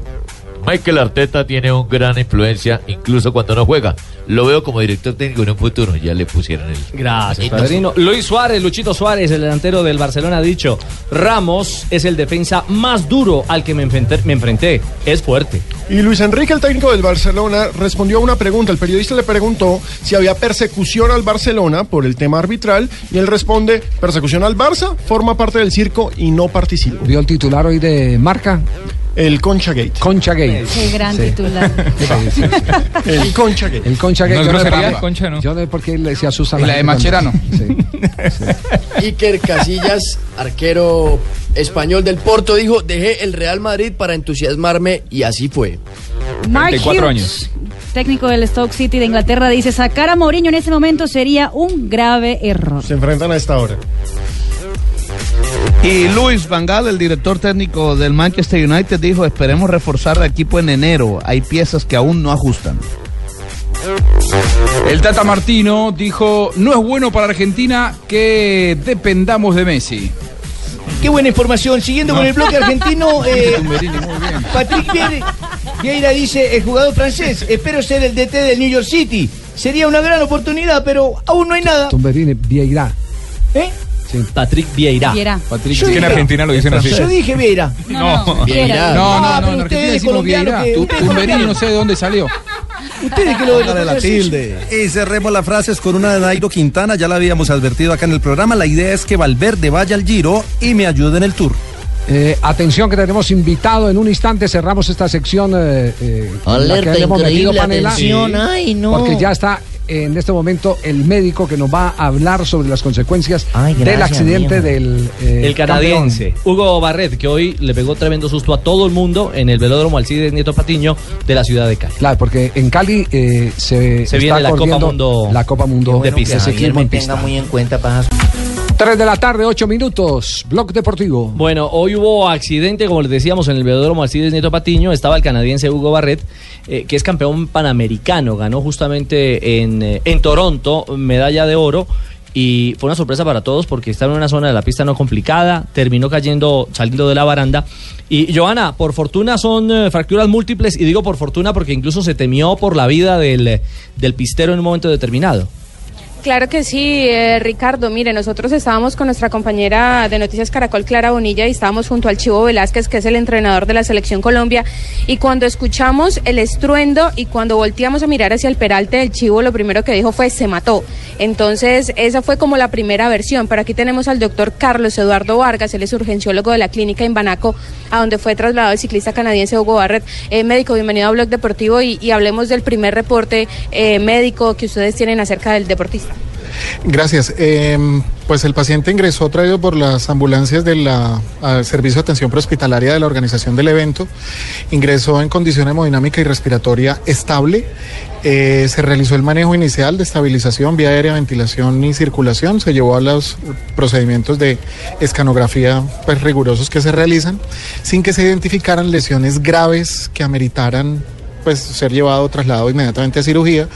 S7: Michael Arteta tiene una gran influencia, incluso cuando no juega. Lo veo como director técnico en un futuro. Ya le pusieron el...
S14: Gracias, padrino. Luis Suárez, Luchito Suárez, el delantero del Barcelona, ha dicho: Ramos es el defensa más duro al que me enfrenté. Me enfrenté. Es fuerte.
S8: Y Luis Enrique, el técnico del Barcelona, respondió a una pregunta. El periodista le preguntó si había persecución al Barcelona por el tema arbitral y él responde, persecución al Barça, forma parte del circo y no participo.
S4: ¿Vio el titular hoy de Marca?
S8: El Concha Gate.
S4: Concha Gate.
S18: Qué gran titular.
S8: El Concha Gate.
S4: El Concha Gate.
S8: No es
S4: yo no sé
S8: grosería,
S4: por- Yo no sé por qué le- se asusta
S22: Y la de Macherano.
S10: Iker Casillas, arquero español del Porto, dijo, dejé el Real Madrid para entusiasmarme y así fue.
S18: Mark
S10: 34
S18: Hughes, técnico del Stoke City de Inglaterra, dice, sacar a Mourinho en ese momento sería un grave error.
S8: Se enfrentan a esta hora.
S12: Y Luis Vangal, el director técnico del Manchester United, dijo, esperemos reforzar el equipo en enero. Hay piezas que aún no ajustan.
S22: El Tata Martino dijo, no es bueno para Argentina que dependamos de Messi.
S10: Qué buena información. Siguiendo
S22: No.
S10: con el bloque argentino, eh, Patrick Vier- Vieira dice, el jugador francés, espero ser el DT del New York City. Sería una gran oportunidad, pero aún no hay nada.
S4: Tumberini, Vieira.
S10: ¿Eh?
S14: Patrick Vieira.
S10: Vieira.
S13: Patrick
S10: Yo
S13: Es que en
S10: dije-
S13: Argentina lo dicen así.
S10: Yo dije Vieira.
S13: No, no,
S10: Vieira.
S22: No, no, no,
S10: Ah,
S22: en
S10: pero
S22: Argentina
S10: ustedes,
S22: decimos
S10: colombianos,
S22: Vieira.
S10: que-
S22: Tu-
S10: ustedes,
S22: Tumberini no
S10: colombianos.
S22: sé de dónde salió.
S10: Ustedes que lo
S22: Póngale la tilde.
S5: Y cerremos las frases con una de Nairo Quintana, ya la habíamos advertido acá en el programa. La idea es que Valverde vaya al Giro y me ayude en el Tour.
S4: Eh, atención que tenemos invitado en un instante, cerramos esta sección eh, eh, en la
S15: Alerta
S4: que le hemos
S15: increíble,
S4: metido panela.
S15: atención, ay, no.
S4: Porque ya está eh, en este momento el médico que nos va a hablar sobre las consecuencias del
S14: gracias,
S4: accidente
S14: amigo.
S4: del eh,
S14: El canadiense
S4: campeón.
S14: Hugo Barret, que hoy le pegó tremendo susto a todo el mundo en el velódromo Alcides Nieto Patiño de la ciudad de Cali.
S4: Claro, porque en Cali eh, se,
S14: Se viene la Copa
S4: corriendo
S14: Mundo
S4: la Copa Mundo
S14: de pista.
S4: ese
S14: Javier
S4: clima
S14: me
S4: en
S14: tenga
S4: pista.
S14: muy
S10: en cuenta, Pajas.
S4: 3 de la tarde, 8 minutos, Blog Deportivo.
S14: Bueno, hoy hubo accidente, como les decíamos, en el velódromo Alcides Nieto Patiño. Estaba el canadiense Hugo Barret, eh, que es campeón panamericano. Ganó justamente en, eh, en Toronto medalla de oro. Y fue una sorpresa para todos porque estaba en una zona de la pista no complicada. Terminó cayendo, saliendo de la baranda. Y Joana, por fortuna son eh, fracturas múltiples. Y digo por fortuna porque incluso se temió por la vida del, eh, del pistero en un momento determinado.
S26: Claro que sí, eh, Ricardo. Mire, nosotros estábamos con nuestra compañera de Noticias Caracol, Clara Bonilla, y estábamos junto al Chivo Velázquez, que es el entrenador de la Selección Colombia. Y cuando escuchamos el estruendo y cuando volteamos a mirar hacia el peralte del Chivo, lo primero que dijo fue se mató. Entonces, esa fue como la primera versión. Pero aquí tenemos al doctor Carlos Eduardo Vargas, él es urgenciólogo de la clínica en Banaco, a donde fue trasladado el ciclista canadiense Hugo Barrett, eh, médico. Bienvenido a Blog Deportivo y, y hablemos del primer reporte eh, médico que ustedes tienen acerca del deportista.
S24: Gracias. Eh, pues el paciente ingresó traído por las ambulancias del Servicio de Atención Prehospitalaria de la organización del evento. Ingresó en condición hemodinámica y respiratoria estable. Eh, se realizó el manejo inicial de estabilización, vía aérea, ventilación y circulación. Se llevó a los procedimientos de escanografía pues, rigurosos que se realizan, sin que se identificaran lesiones graves que ameritaran pues ser llevado traslado inmediatamente a cirugía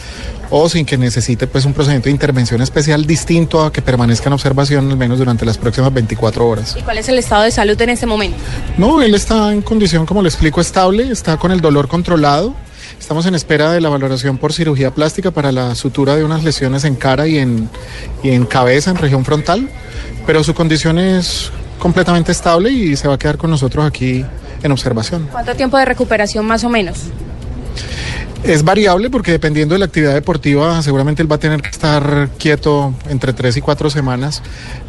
S24: o sin que necesite pues un procedimiento de intervención especial distinto a que permanezca en observación al menos durante las próximas 24 horas.
S26: ¿Y cuál es el estado de salud en este momento?
S24: No, él está en condición como le explico estable, está con el dolor controlado. Estamos en espera de la valoración por cirugía plástica para la sutura de unas lesiones en cara y en, y en cabeza, en región frontal, pero su condición es completamente estable y se va a quedar con nosotros aquí en observación.
S26: ¿Cuánto tiempo de recuperación más o menos?
S24: Es variable porque dependiendo de la actividad deportiva, seguramente él va a tener que estar quieto entre tres y cuatro semanas,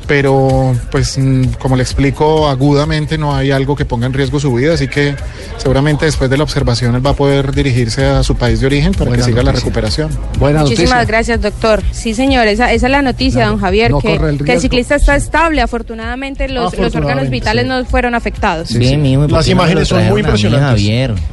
S24: pero pues mm, como le explico agudamente, no hay algo que ponga en riesgo su vida, así que seguramente después de la observación él va a poder dirigirse a su país de origen para que
S4: Buena
S24: siga la
S4: noticia.
S24: recuperación.
S26: Muchísimas gracias, doctor. Sí, señor, esa, esa es la noticia, don Javier,
S24: no
S26: que,
S24: corre el
S26: que el
S24: riesgo.
S26: ciclista está estable. Afortunadamente, los, los órganos
S15: Afortunadamente,
S26: vitales no fueron afectados.
S10: Bien, mijo, ¿y por qué no me lo trajeron a mí, Javier. Pues El,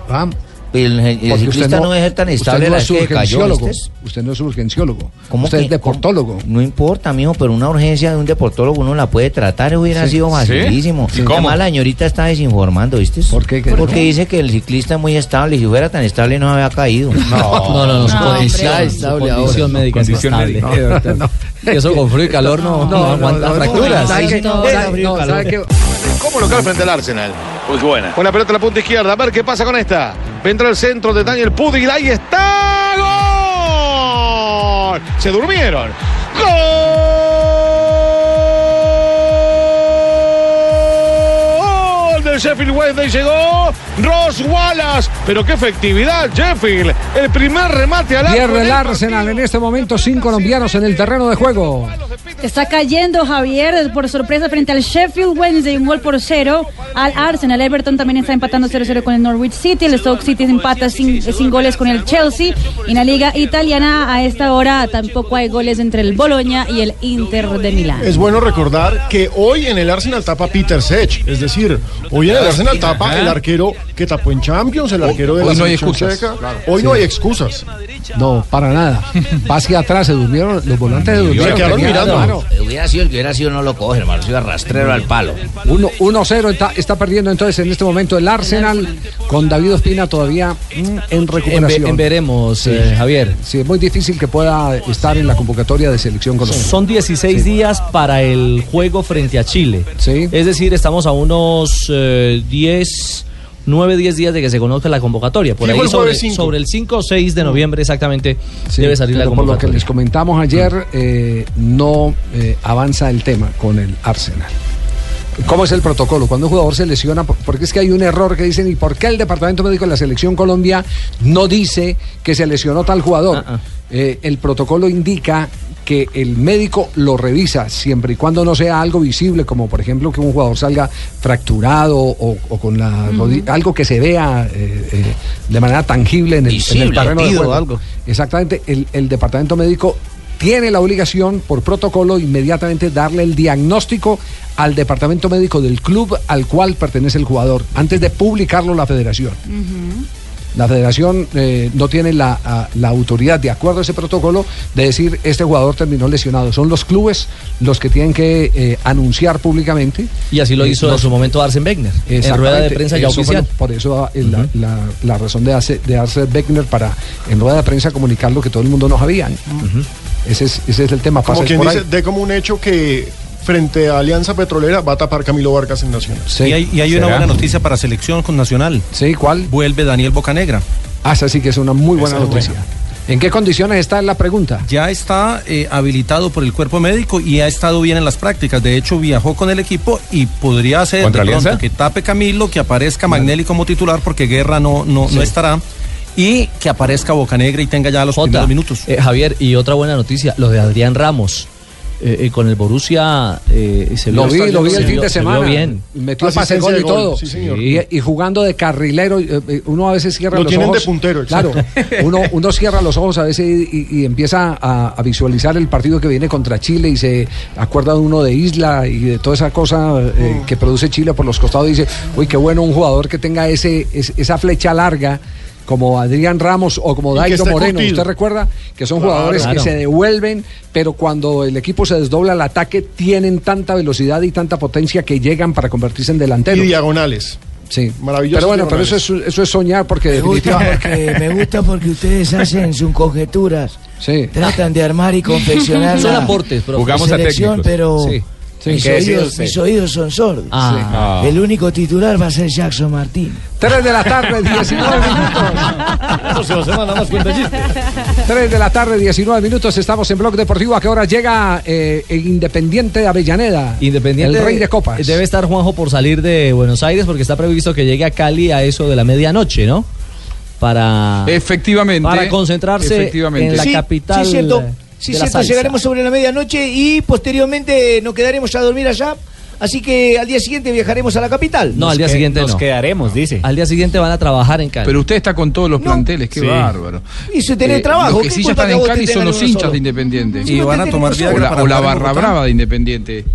S10: el
S4: Ah, Porque usted
S10: ciclista no, debe ser tan
S4: usted
S10: estable
S4: no
S10: la
S4: es
S10: que cayó.
S4: urgenciólogo.
S10: ¿viste?
S4: Usted no es urgenciólogo.
S10: ¿Cómo
S4: usted
S10: que-
S4: es deportólogo.
S10: No importa, mijo, pero una urgencia de un deportólogo uno la puede tratar, hubiera
S4: Sí.
S10: sido
S4: ¿Sí?
S10: facilísimo.
S4: ¿Sí?
S10: Además,
S4: ¿Cómo?
S10: la señorita está desinformando, ¿viste? ¿Por qué?
S4: ¿Por
S10: Porque
S4: qué?
S10: dice que el ciclista es muy estable, y si fuera tan estable no había caído. No,
S15: no, no, su
S10: su
S15: condición, su condición médica es estable. No, Eso con frío y calor no, no aguanta fracturas.
S27: eh, Como local frente al Arsenal. Muy buena. Con la pelota en la punta izquierda. A ver qué pasa con esta. Vendrá el centro de Daniel Pudig. Ahí está. ¡Gol! Se durmieron. ¡Gol! Del Sheffield Wednesday llegó Ross Wallace. Pero qué efectividad, Sheffield. El primer remate al arco
S4: Pierde
S27: del
S4: el Arsenal en este momento, sin colombianos en el terreno de juego.
S18: Está cayendo Javier por sorpresa frente al Sheffield Wednesday, un gol por cero al Arsenal. Everton también está empatando 0-0 con el Norwich City. El Stoke City empata sin, sin goles con el Chelsea. En la liga italiana a esta hora tampoco hay goles entre el Boloña y el Inter de Milán.
S8: Es bueno recordar que hoy en el Arsenal tapa Peter Sech, es decir, hoy
S4: Ah,
S8: en el Arsenal tapa
S27: Ajá.
S8: el arquero que tapó en Champions, el arquero de la
S4: Oh, hoy no hay
S8: selección
S4: excusas.
S8: checa.
S4: Claro.
S8: Hoy no
S4: Sí.
S8: hay excusas.
S4: No, para nada. Va hacia atrás, se durmieron, los volantes se durmieron. tenían- claro.
S10: Eh, Hubiera sido el que hubiera sido, no lo coge, hermano. Sido arrastrero al palo.
S4: Uno- 1-0 está, está perdiendo entonces en este momento el Arsenal con David Ospina todavía mm, en recuperación.
S15: En ve- en veremos, eh,
S4: Javier. Sí, es muy difícil que pueda estar en la convocatoria de selección colombiana.
S15: Son
S14: 16 días para el juego frente a Chile. Es decir, estamos a unos eh, 10, 9, 10 días de que se conozca la convocatoria. Por
S4: Fijo
S14: ahí
S4: el
S14: sobre,
S4: jueves cinco.
S14: sobre el 5 o 6 de noviembre exactamente
S4: Sí,
S14: debe salir la
S4: pero por lo que
S14: convocatoria. Mm.
S4: les comentamos ayer, eh, no eh, avanza el tema con el Arsenal. ¿Cómo es el protocolo? Cuando un jugador se lesiona, por- porque es que hay un error que dicen, ¿y por qué el Departamento Médico de la Selección Colombia no dice que se lesionó tal jugador?
S14: Ah,
S4: Eh, el protocolo indica que el médico lo revisa siempre y cuando no sea algo visible, como por ejemplo que un jugador salga fracturado o, o con la rodi- algo que se vea eh, eh, de manera tangible en el, en el
S15: Visible,
S4: terreno de
S15: herido o
S4: juego.
S15: algo.
S4: Exactamente, el, el departamento médico tiene la obligación por protocolo inmediatamente darle el diagnóstico al departamento médico del club al cual pertenece el jugador, antes de publicarlo la federación. La federación eh, no tiene la, a- la autoridad, de acuerdo a ese protocolo, de decir este jugador terminó lesionado. Son los clubes los que tienen que eh, anunciar públicamente.
S14: Y así lo
S4: Eh,
S14: hizo en
S4: los-
S14: su momento Arsen Wenger en
S4: Exactamente,
S14: rueda de prensa ya
S4: eso fue lo-
S14: oficial.
S4: por eso ah, eh, la, la- la razón de hacer de Arce Beckner para en rueda de prensa comunicar lo que todo el mundo no sabía. ese, es, ese es el tema.
S8: Como
S4: pasa
S8: quien
S4: por
S8: dice,
S4: ahí.
S8: de como un hecho que frente a Alianza Petrolera va a tapar Camilo Vargas en Nacional.
S5: Y hay, y hay una buena noticia para selección con Nacional.
S4: Sí, ¿cuál?
S5: Vuelve Daniel Bocanegra.
S4: Ah, esa sí que es una muy
S5: buena
S8: Esa es
S5: noticia.
S4: ¿En qué condiciones está la pregunta?
S5: Ya está eh, habilitado por el cuerpo médico y ha estado bien en las prácticas. De hecho, viajó con el equipo y podría ser de
S13: ¿Contra
S5: pronto
S13: Alianza?
S5: que tape Camilo, que aparezca Magnelli como titular porque Guerra no, no,
S14: Sí.
S5: no estará. Y que aparezca Bocanegra y tenga ya los primeros minutos.
S14: Eh, Javier, y otra buena noticia, lo de Adrián Ramos. Eh, eh, con el Borussia eh, se
S4: Lo
S14: vio
S4: vi,
S14: bastante-
S4: lo vi
S14: se
S4: el fin
S14: vio-
S4: de
S14: se vio
S4: semana.
S14: bien.
S4: Metió el pase gol y todo. Y, y jugando de carrilero, eh, eh, uno a veces cierra
S8: Lo
S4: los
S8: tienen
S4: ojos.
S8: de puntero,
S4: claro.
S8: exacto.
S4: Uno, uno cierra los ojos a veces y, y- y empieza a, a visualizar el partido que viene contra Chile y se acuerda de uno de Isla y de toda esa cosa eh,
S8: Mm.
S4: que produce Chile por los costados. Y dice, uy, qué bueno un jugador que tenga ese, es- esa flecha larga. Como Adrián Ramos o como
S8: Y que
S4: Dairo
S8: esté
S4: Moreno.
S8: curtido.
S4: ¿Usted recuerda que son
S8: Claro.
S4: jugadores que
S8: Claro.
S4: se devuelven, pero cuando el equipo se desdobla al ataque, tienen tanta velocidad y tanta potencia que llegan para convertirse en delanteros.
S8: Y diagonales.
S4: Sí.
S8: Maravilloso.
S4: Pero bueno, pero eso es, eso es soñar porque
S11: Me gusta porque,
S4: definitivamente.
S11: me gusta porque ustedes hacen sus conjeturas. Tratan de armar y confeccionar
S14: Son
S11: la
S14: aportes, profe. Jugamos a
S11: selección,
S14: técnicos.
S11: pero
S14: Sí. Sí.
S11: mis,
S14: ¿Qué decía
S11: oídos,
S14: usted?
S11: mis oídos son sordos.
S14: Ah. Sí. Ah.
S11: El único titular va a ser Jackson Martín.
S4: 3 de la tarde, 19 minutos. 3 de la tarde, 19 minutos. Estamos en Blog Deportivo. ¿A qué hora llega eh, el Independiente de Avellaneda?
S14: Independiente
S4: El rey de copas.
S14: Debe estar Juanjo por salir de Buenos Aires porque está previsto que llegue a Cali a eso de la medianoche, ¿no? Para
S22: Efectivamente.
S14: para concentrarse
S22: Efectivamente.
S14: en la
S22: Sí,
S14: capital.
S22: sí,
S14: cierto.
S22: cierto.
S14: Sí,
S22: de
S14: cierto,
S22: la salsa.
S14: llegaremos
S28: Llegaremos sobre la medianoche y posteriormente nos quedaremos a dormir allá. Así que al día siguiente viajaremos a la capital.
S14: No, al día siguiente no.
S22: quedaremos, dice.
S14: Al día siguiente van a trabajar en Cali.
S22: Pero usted está con todos los planteles, qué
S14: Sí.
S22: bárbaro.
S28: Y si tenés trabajo,
S22: Eh, Los que
S28: ¿qué
S22: sí ya
S28: culpa
S22: están
S28: que a
S22: en
S28: vos te
S22: Cali son
S28: tengan
S22: los
S28: uno
S22: hinchas
S28: solo?
S22: de Independiente.
S28: Y van a tomar
S22: O
S28: Viagra
S22: la,
S28: para
S22: o la
S28: parar en
S22: barra
S28: Bogotá.
S22: brava de Independiente.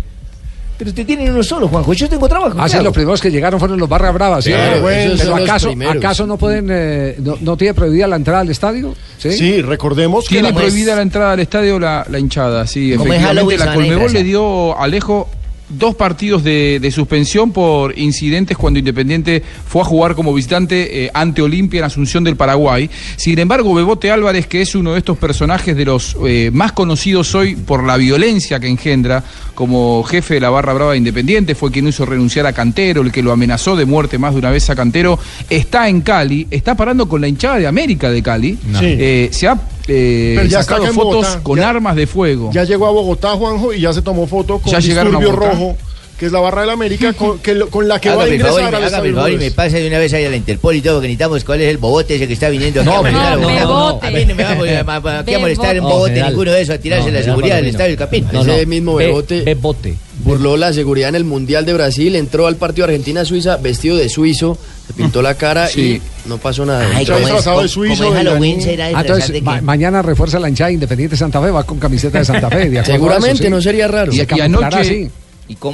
S28: Pero te tienen uno solo, Juanjo. Yo tengo trabajo.
S4: Ah, sí,
S28: claro.
S4: los primeros que llegaron fueron los Barra Bravas. ¿sí?
S28: Claro,
S4: Pero-
S28: bueno, esos
S4: pero
S28: son los
S4: acaso,
S28: primeros.
S4: acaso no pueden, eh, no, no tiene prohibida la entrada al estadio. Sí,
S8: Sí, recordemos que
S22: Tiene
S8: la-
S22: prohibida la entrada al estadio la, la hinchada, sí,
S8: Como es
S22: efectivamente.
S8: Halloween, se
S22: La
S8: van a
S22: Colmebol
S8: disfrazar.
S22: le dio a Alejo dos partidos de, de suspensión por incidentes cuando Independiente fue a jugar como visitante eh, ante Olimpia en Asunción del Paraguay. Sin embargo, Bebote Álvarez, que es uno de estos personajes de los eh, más conocidos hoy por la violencia que engendra, como jefe de la barra brava de Independiente, fue quien hizo renunciar a Cantero, el que lo amenazó de muerte más de una vez a Cantero, está en Cali, está parando con la hinchada de América de Cali.
S8: No. Sí.
S22: Eh, se ha eh,
S8: Pero ya está
S22: sacado
S8: acá en
S22: fotos
S8: Bogotá,
S22: con armas de fuego.
S8: Ya llegó a Bogotá, Juanjo, y ya se tomó foto con
S22: Ya llegaron a
S8: Disturbio
S22: Bogotá.
S8: Rojo, que es la barra del América, con, que lo- con la que va a
S10: Hágame el
S8: ingresar
S10: favor, y
S8: a
S10: me-
S8: los
S10: hágame el favor y me
S8: alrededores.
S10: pasa de una vez ahí a la Interpol y todo, porque necesitamos cuál es el bobote ese que está viniendo aquí No, a molestar a no, Bogotá. bobote. A mí no me va a molestar, ma- ma- aquí a molestar en No, bobote general. ninguno de esos, a tirarse No, la general seguridad del Palomino. estadio del Capín. No, no.
S29: Ese mismo
S10: Be-
S29: Bebote, burló la seguridad en el Mundial de Brasil, entró al partido Argentina-Suiza vestido de suizo, se pintó la cara
S4: Sí.
S29: y no pasó nada.
S10: Ay,
S29: Entró
S10: ¿cómo es?
S29: disfrazado de
S10: ¿Cómo-
S29: suizo,
S10: cómo es
S29: de
S10: Halloween?
S29: iraní.
S10: ¿Será
S4: Ah, entonces, ma- mañana refuerza la hinchada Independiente Santa Fe, va con camiseta de Santa Fe. de acuerdo a eso,
S29: Seguramente,
S4: sí.
S29: no sería raro.
S4: Se
S22: Y, y
S4: camuflará
S22: anoche,
S4: así.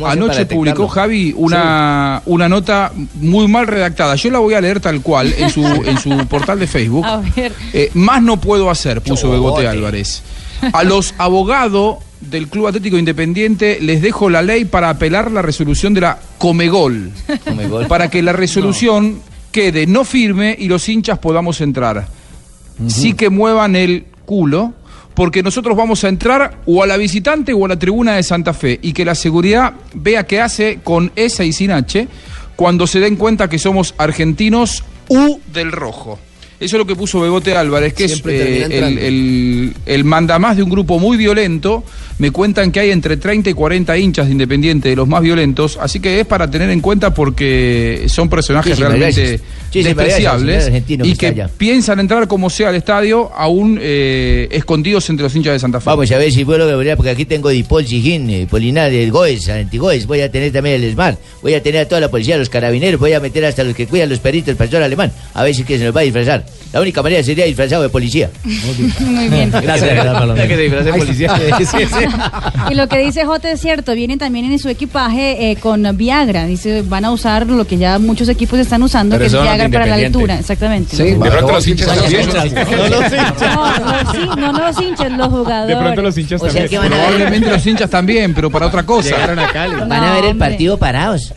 S22: anoche publicó Javi una, una nota muy mal redactada. Yo la voy a leer tal cual en su, en su portal de Facebook.
S18: A ver.
S22: Eh, más no puedo hacer, puso
S18: Chobote.
S22: Begote Álvarez. A los abogados del Club Atlético Independiente les dejo la ley para apelar la resolución de la Comegol. Para que la resolución quede no firme y los hinchas podamos entrar. Sí que muevan el culo. Porque nosotros vamos a entrar o a la visitante o a la tribuna de Santa Fe y que la seguridad vea qué hace con esa y sin H cuando se den cuenta que somos argentinos U del rojo. Eso es lo que puso Bebote Álvarez, que
S29: Siempre
S22: es eh,
S29: termina
S22: el,
S29: entrando.
S22: el, el mandamás de un grupo muy violento. Me cuentan que hay entre 30 y 40 hinchas de Independiente, de los más violentos. Así que es para tener en cuenta porque son personajes
S10: Muchísimas
S22: realmente
S10: gracias. Muchísimas gracias, señor
S22: despreciables
S10: argentino que
S22: y
S10: está
S22: que
S10: allá.
S22: piensan entrar como sea al estadio aún eh, escondidos entre los hinchas de Santa Fe.
S10: Vamos a ver si puedo lograr, porque aquí tengo Dipol, Sijín, eh, Polinares, Goes, Antigoes, voy a tener también el SMAR, voy a tener a toda la policía, los carabineros, voy a meter hasta los que cuidan los perritos, el pastor alemán, a ver si es que se nos va a disfrazar. La única manera sería disfrazado de policía.
S18: Muy bien.
S10: que se disfrace de policía.
S18: Y lo que dice J es cierto, vienen también en su equipaje eh, con Viagra. Dice, van a usar lo que ya muchos equipos están usando,
S30: Pero
S18: que es
S30: eso no es
S18: Viagra para la
S30: independiente.
S18: altura. Exactamente. Los
S30: Sí, de pronto los
S18: jugadores.
S30: hinchas también.
S18: No, los hin- no los hinchas, los jugadores.
S22: O sea, que van a ver- Probablemente los hinchas también, pero para otra cosa.
S10: Llegaron a Cali. Van a ver el partido parados.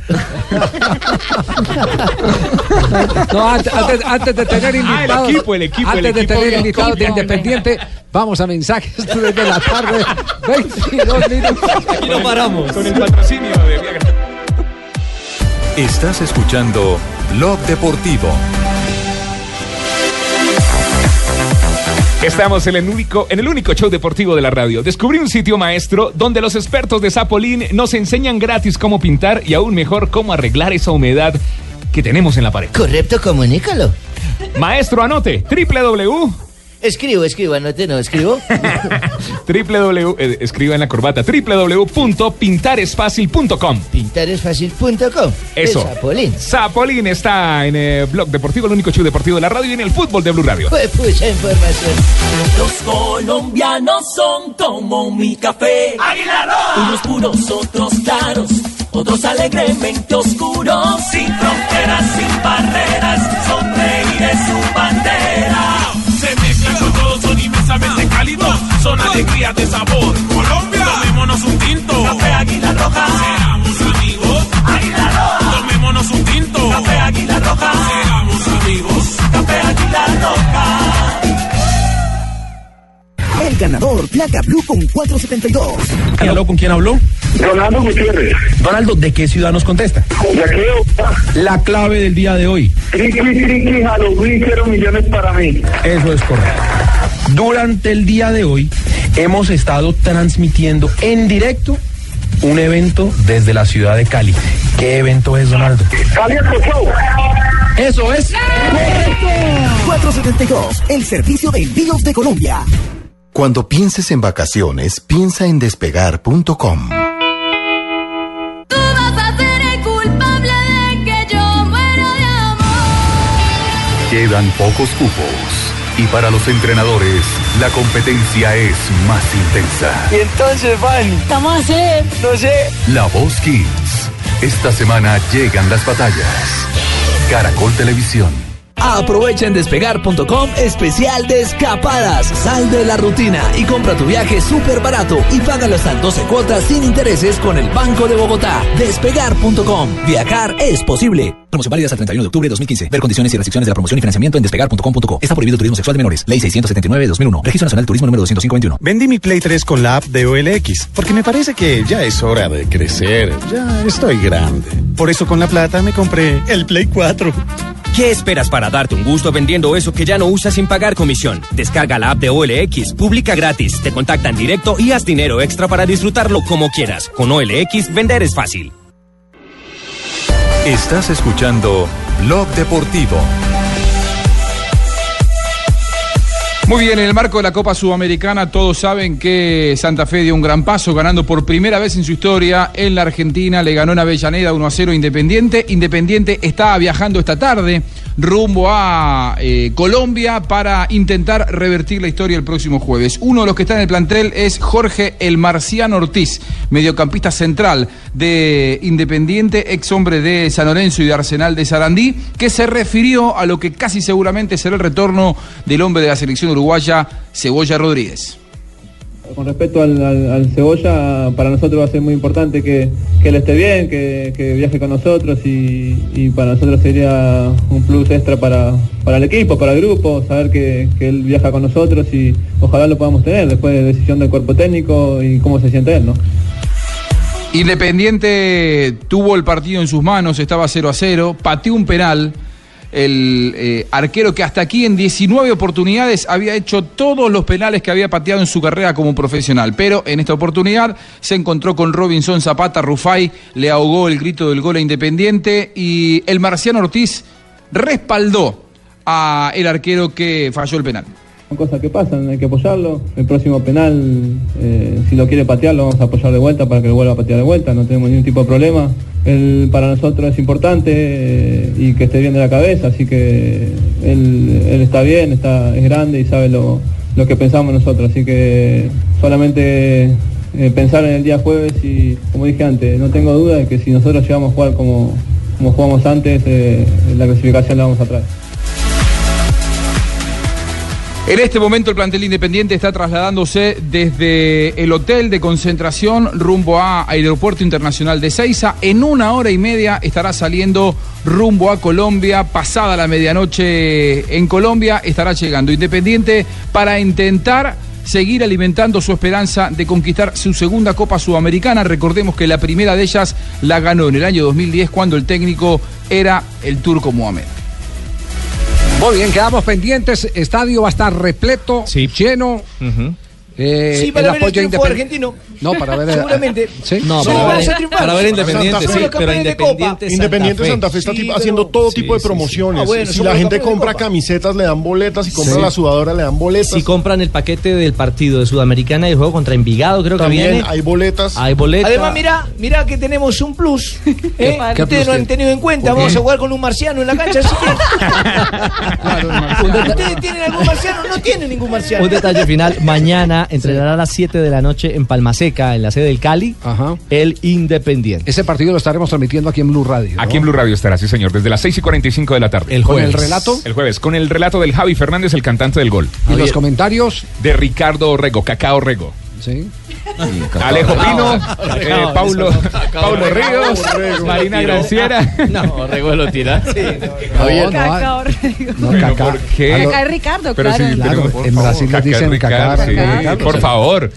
S4: No, antes, antes- antes de tener invitados.
S13: Ah, equipo, el equipo, el
S4: Antes de
S13: equipo
S4: tener
S13: bien.
S4: invitados de
S13: Equipo, hombre.
S4: Independiente, vamos a mensajes desde la tarde. 22 minutos.
S13: Aquí no paramos. Con el patrocinio de Viagra.
S19: Estás escuchando Blog Deportivo.
S13: Estamos en el, único, en el único show deportivo de la radio. Descubrí un sitio maestro donde los expertos de Zapolín nos enseñan gratis cómo pintar y aún mejor cómo arreglar esa humedad que tenemos en la pared.
S10: Correcto, comunícalo.
S13: Maestro, anote. www.
S10: Escribo, escribo, anote, no escribo.
S13: www. eh, escriba en la corbata. www.pintaresfacil.com.
S10: Pintaresfacil.com.
S13: Eso.
S10: El Zapolín.
S13: Zapolín está en eh, Blog Deportivo, el único show deportivo de la radio y en el fútbol de Blue Radio.
S10: Fue pucha información.
S3: Los colombianos son como mi café. Unos puros, otros claros, otros alegremente oscuros. Sin fronteras, sin barreras, son reír es su bandera. Se mezclan con todos, son inmensamente cálidos, son alegría de sabor. Colombia, tomémonos un tinto. Café Águila Roja. Seamos amigos. Águila Roja. Tomémonos un tinto. Café Águila Roja. Seamos amigos. Café Águila Roja.
S15: El ganador, placa blue con 472.
S19: ¿Aló, con quién habló?
S20: Donaldo Gutiérrez.
S19: Donaldo, ¿de qué ciudad nos contesta? La clave del día de hoy.
S20: Cri, cri, cri, cri, Halloween, cero millones para mí.
S19: Eso es correcto. Durante el día de hoy hemos estado transmitiendo en directo un evento desde la ciudad de Cali. ¿Qué evento es, Donaldo?
S20: Cali Expo Show.
S19: Eso es.
S15: 472, el servicio de envíos de Colombia.
S31: Cuando pienses en vacaciones, piensa en despegar.com.
S21: Tú vas a ser el culpable de que yo muera de Quedan pocos cupos y para los entrenadores la competencia es más intensa.
S2: Y entonces, Van, ¿qué vamos a hacer? No sé.
S21: La Voz Kids. Esta semana llegan las batallas. Caracol Televisión.
S2: Aprovecha en despegar.com especial de escapadas. Sal de la rutina y compra tu viaje súper barato y págalo hasta en 12 cuotas sin intereses con el Banco de Bogotá. Despegar.com. Viajar es posible.
S32: Promoción válida hasta el 31 de octubre de 2015. Ver condiciones y restricciones de la promoción y financiamiento en despegar.com.co. Está prohibido el turismo sexual de menores. Ley 679 de 2001. Registro Nacional de Turismo número 251.
S17: Vendí mi Play 3 con la app de OLX, porque me parece que ya es hora de crecer, ya estoy grande. Por eso con la plata me compré el Play 4.
S33: ¿Qué esperas para darte un gusto vendiendo eso que ya no usas sin pagar comisión? Descarga la app de OLX, publica gratis, te contactan directo y haz dinero extra para disfrutarlo como quieras. Con OLX, vender es fácil.
S21: Estás escuchando Blog Deportivo.
S22: Muy bien, en el marco de la Copa Sudamericana todos saben que Santa Fe dio un gran paso ganando por primera vez en su historia en la Argentina, le ganó en Avellaneda 1 a 0 Independiente. Independiente está viajando esta tarde rumbo a eh, Colombia para intentar revertir la historia el próximo jueves. Uno de los que está en el plantel es Jorge El Marciano Ortiz, mediocampista central de Independiente, ex hombre de San Lorenzo y de Arsenal de Sarandí, que se refirió a lo que casi seguramente será el retorno del hombre de la selección uruguaya, Cebolla Rodríguez.
S34: Con respecto al, al- al cebolla, para nosotros va a ser muy importante que, que él esté bien, que, que viaje con nosotros y, y para nosotros sería un plus extra para, para el equipo, para el grupo, saber que, que él viaja con nosotros y ojalá lo podamos tener después de decisión del cuerpo técnico y cómo se siente él, ¿no?
S22: Independiente tuvo el partido en sus manos, estaba 0 a 0, pateó un penal. El eh, arquero que hasta aquí en 19 oportunidades había hecho todos los penales que había pateado en su carrera como profesional, pero en esta oportunidad se encontró con Robinson Zapata Rufai, le ahogó el grito del gol a Independiente y el Marciano Ortiz respaldó a el arquero que falló el penal.
S34: Son cosas que pasan, hay que apoyarlo. El próximo penal, eh, si lo quiere patear, lo vamos a apoyar de vuelta para que lo vuelva a patear de vuelta, no tenemos ningún tipo de problema. Él para nosotros es importante eh, y que esté bien de la cabeza, así que él, él está bien, está, es grande y sabe lo, lo que pensamos nosotros, así que solamente eh, pensar en el día jueves y, como dije antes, no tengo duda de que si nosotros llegamos a jugar como, como jugamos antes, eh, la clasificación la vamos a traer.
S22: En este momento el plantel independiente está trasladándose desde el hotel de concentración rumbo a Aeropuerto Internacional de Ceiza. En una hora y media estará saliendo rumbo a Colombia. Pasada la medianoche en Colombia estará llegando Independiente para intentar seguir alimentando su esperanza de conquistar su segunda Copa Sudamericana. Recordemos que la primera de ellas la ganó en el año 2010 cuando el técnico era el turco Mohamed.
S4: Muy bien, quedamos pendientes. Estadio va a estar repleto, lleno. Eh,
S28: Sí, para
S4: el
S28: ver el
S4: apoyo
S28: triunfo
S4: independ-
S28: argentino.
S4: No, para ver.
S28: Seguramente.
S4: ¿Sí?
S28: No, Solo para ver- vamos a triunfar. para ver Independiente,
S8: Santa
S28: sí,
S8: Fe.
S28: pero Campeones de Independiente Copa. Santa
S8: Independiente
S28: Fe.
S8: Santa Fe está
S28: Sí,
S8: tipo-
S28: pero-
S8: haciendo todo tipo de
S14: sí, sí.
S8: promociones.
S14: Ah, bueno,
S8: si
S14: somos
S8: la
S14: los
S8: gente
S14: campeones de
S8: compra
S14: Copa.
S8: camisetas, le dan boletas. Si compra
S14: Sí.
S8: la sudadora, le dan boletas.
S14: Si compran el paquete del partido de Sudamericana y el juego contra Envigado, creo
S8: También
S14: que viene.
S8: hay boletas.
S14: Hay boletas.
S28: Además, mira, mira que tenemos un plus. ¿eh?
S14: ¿Qué plus
S28: Ustedes no
S14: tiene?
S28: han tenido en cuenta.
S14: ¿Por qué?
S28: Vamos a jugar con un marciano en la cancha. así que- ¿Ustedes tienen algún marciano? No tienen ningún marciano.
S14: Un detalle final, mañana entrenará a las 7 de la noche en Palmaseca, en la sede del Cali, el Independiente.
S4: Ese partido lo estaremos transmitiendo aquí en Blue Radio.
S13: Aquí en Blue Radio estará, sí señor, desde las 6 y 45 de la tarde. ¿El
S4: jueves. ¿Con el relato?
S13: El jueves, con el relato del Javi Fernández, el cantante del gol.
S4: Y los comentarios.
S13: De Ricardo Orrego, Cacao Orrego.
S4: Sí.
S13: Alejo Pino,
S4: Cacao,
S13: eh,
S4: Cacao,
S13: Paulo,
S4: eso, Cacao,
S13: Paulo
S4: Cacao,
S13: Ríos,
S4: Orrego.
S13: Marina
S4: Lo tiró.
S13: Granciera.
S14: No, Orrego lo tira.
S4: Javier,
S18: Cacao,
S4: No,
S13: Pero
S4: Cacao.
S13: ¿por qué?
S18: Cacao es Ricardo,
S13: Pero
S18: claro.
S13: sí,
S18: Claro,
S13: pero por
S4: en
S13: favor,
S4: Brasil les
S13: Cacao es
S4: dicen
S13: Ricardo,
S4: Cacao,
S13: sí,
S4: Cacao.
S13: Por favor.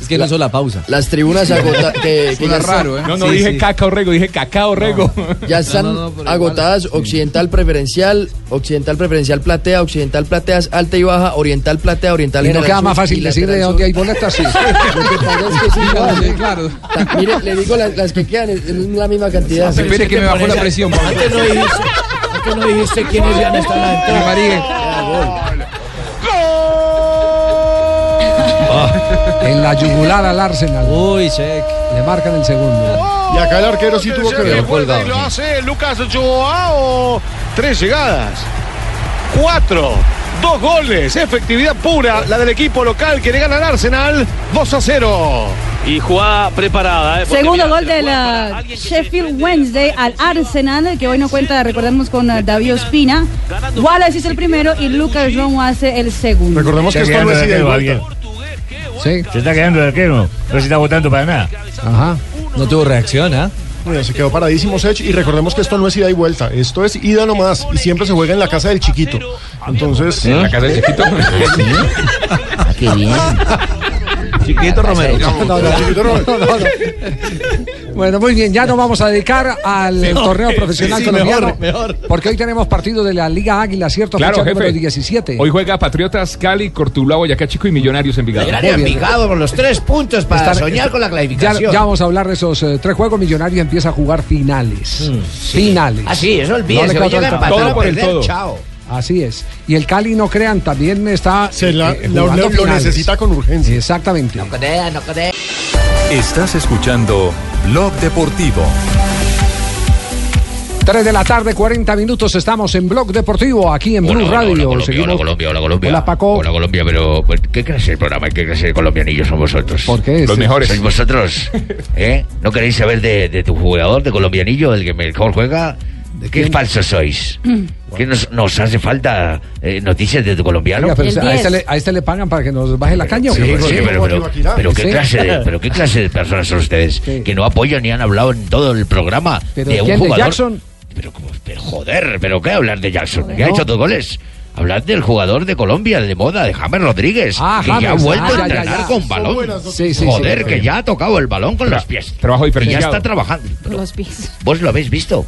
S29: Es que no hizo la pausa. Las tribunas agotadas. que, que ya están-
S10: ¿eh?
S13: No, no
S29: Sí,
S13: dije
S29: sí.
S13: Cacao Orrego, dije Cacao Orrego.
S29: Ya están agotadas occidental preferencial, occidental preferencial platea, occidental plateas alta y baja, oriental platea, oriental
S4: Y no
S29: lateral
S4: queda
S29: sur,
S4: más fácil
S29: y
S4: decir de
S29: lateral
S4: dónde hay boletas. Sí.
S29: claro. Mire, le digo las, las que quedan, es, es la misma cantidad.
S9: Espere Pero es que que me te bajó la pones a- presión, Pablo.
S29: Antes no dijiste, antes no dijiste quiénes iban a estar en la entrada.
S4: Ah. En la yugular al Arsenal. Uy, check. Le marcan el segundo.
S8: Y acá el arquero sí tuvo que ver.
S27: Y lo hace Lucas Joao. Tres llegadas. Cuatro. Dos goles. Efectividad pura. La del equipo local que le gana al Arsenal. 2 a 0.
S35: Y jugada preparada. ¿eh? Porque
S18: Segundo
S35: mira,
S18: gol de la Sheffield Wednesday al Arsenal, que hoy no cuenta, recordemos, con eh, David Ospina. Wallace es el primero y Lucas Romo hace el segundo.
S2: Recordemos que esto no es ida y vuelta.
S4: Sí.
S2: Se está quedando de arquero. No se está votando para nada.
S4: Ajá.
S8: No tuvo reacción, ¿ah? Bueno, se quedó paradísimo Sech y recordemos que esto no es ida y vuelta, esto es ida nomás y siempre se juega en la casa del chiquito. Entonces,
S13: ¿En la casa del chiquito?
S8: Ah, Qué bien.
S4: Chiquito
S8: Romero.
S4: No, no,
S8: Chiquito
S4: no, no, no. Bueno, muy bien, ya nos vamos a dedicar al
S36: Sí,
S4: torneo
S36: sí,
S4: profesional
S36: sí,
S4: colombiano.
S36: mejor, mejor.
S4: Porque hoy tenemos partido de la Liga Águila, ¿cierto?
S13: Claro,
S4: Fecha
S13: jefe.
S4: número 17.
S13: Hoy juega Patriotas, Cali, Cortuluá, Boyacá Chico y Millonarios en Vigado.
S4: Millonarios Envigado
S37: con los tres puntos
S4: Estar- Ya, ya vamos a hablar de esos eh, tres juegos. Millonarios empieza a jugar finales. Finales.
S37: Ah, Mm, sí, eso olvídese,
S4: le
S37: hoy
S4: queda
S37: llega
S4: otra
S37: empatado,
S4: etapa.
S37: Todo por el perder, todo. chao.
S4: Así es. Y el Cali, no crean, también está.
S8: Se la-
S4: eh,
S8: la-
S4: jugando
S8: lo
S4: finales.
S8: necesita con urgencia.
S4: Exactamente.
S37: no cree.
S21: Estás escuchando Blog Deportivo.
S4: 3 de la tarde, 40 minutos. Estamos en Blog Deportivo, aquí en Blue Radio. Seguimos-
S10: Hola Colombia, hola Colombia.
S4: Hola, Paco.
S10: Hola Colombia, pero pues, ¿qué clase de programa, y qué clase de colombianillos son vosotros?
S4: ¿Por qué? Los Sí. mejores.
S10: ¿Sois vosotros? ¿Eh? ¿No queréis saber de, de tu jugador, de colombianillo, el que mejor juega? ¿Qué falsos sois? ¿Qué nos, nos hace falta eh, noticias de tu colombiano?
S4: Oiga, pero a, este le, a este le pagan para que nos baje la caña. ¿o
S10: Sí,
S4: qué?
S10: sí, pero, pero- pero qué
S4: Sí.
S10: clase de, pero qué clase de personas son ustedes que no apoyan ni han hablado en todo el programa
S4: Pero
S10: de un
S4: ¿quién, de
S10: jugador.
S4: Jackson?
S10: Pero joder, pero qué hablar de Jackson, que ha
S4: No.
S10: hecho dos goles. Hablad del jugador de Colombia, de moda, de James Rodríguez,
S4: Ah,
S10: que ya ha
S4: James,
S10: vuelto
S4: ah,
S10: a
S4: ya,
S10: entrenar
S4: ya, ya.
S10: con
S4: Son
S10: balón.
S4: buenas noticias. Sí, sí, sí,
S10: joder,
S4: sí.
S10: que ya ha tocado el balón con
S13: Tra-
S10: los pies.
S13: trabajo
S10: Y ya
S13: diferenciado.
S10: está trabajando. Pero
S18: Los pies.
S10: ¿Vos lo habéis visto?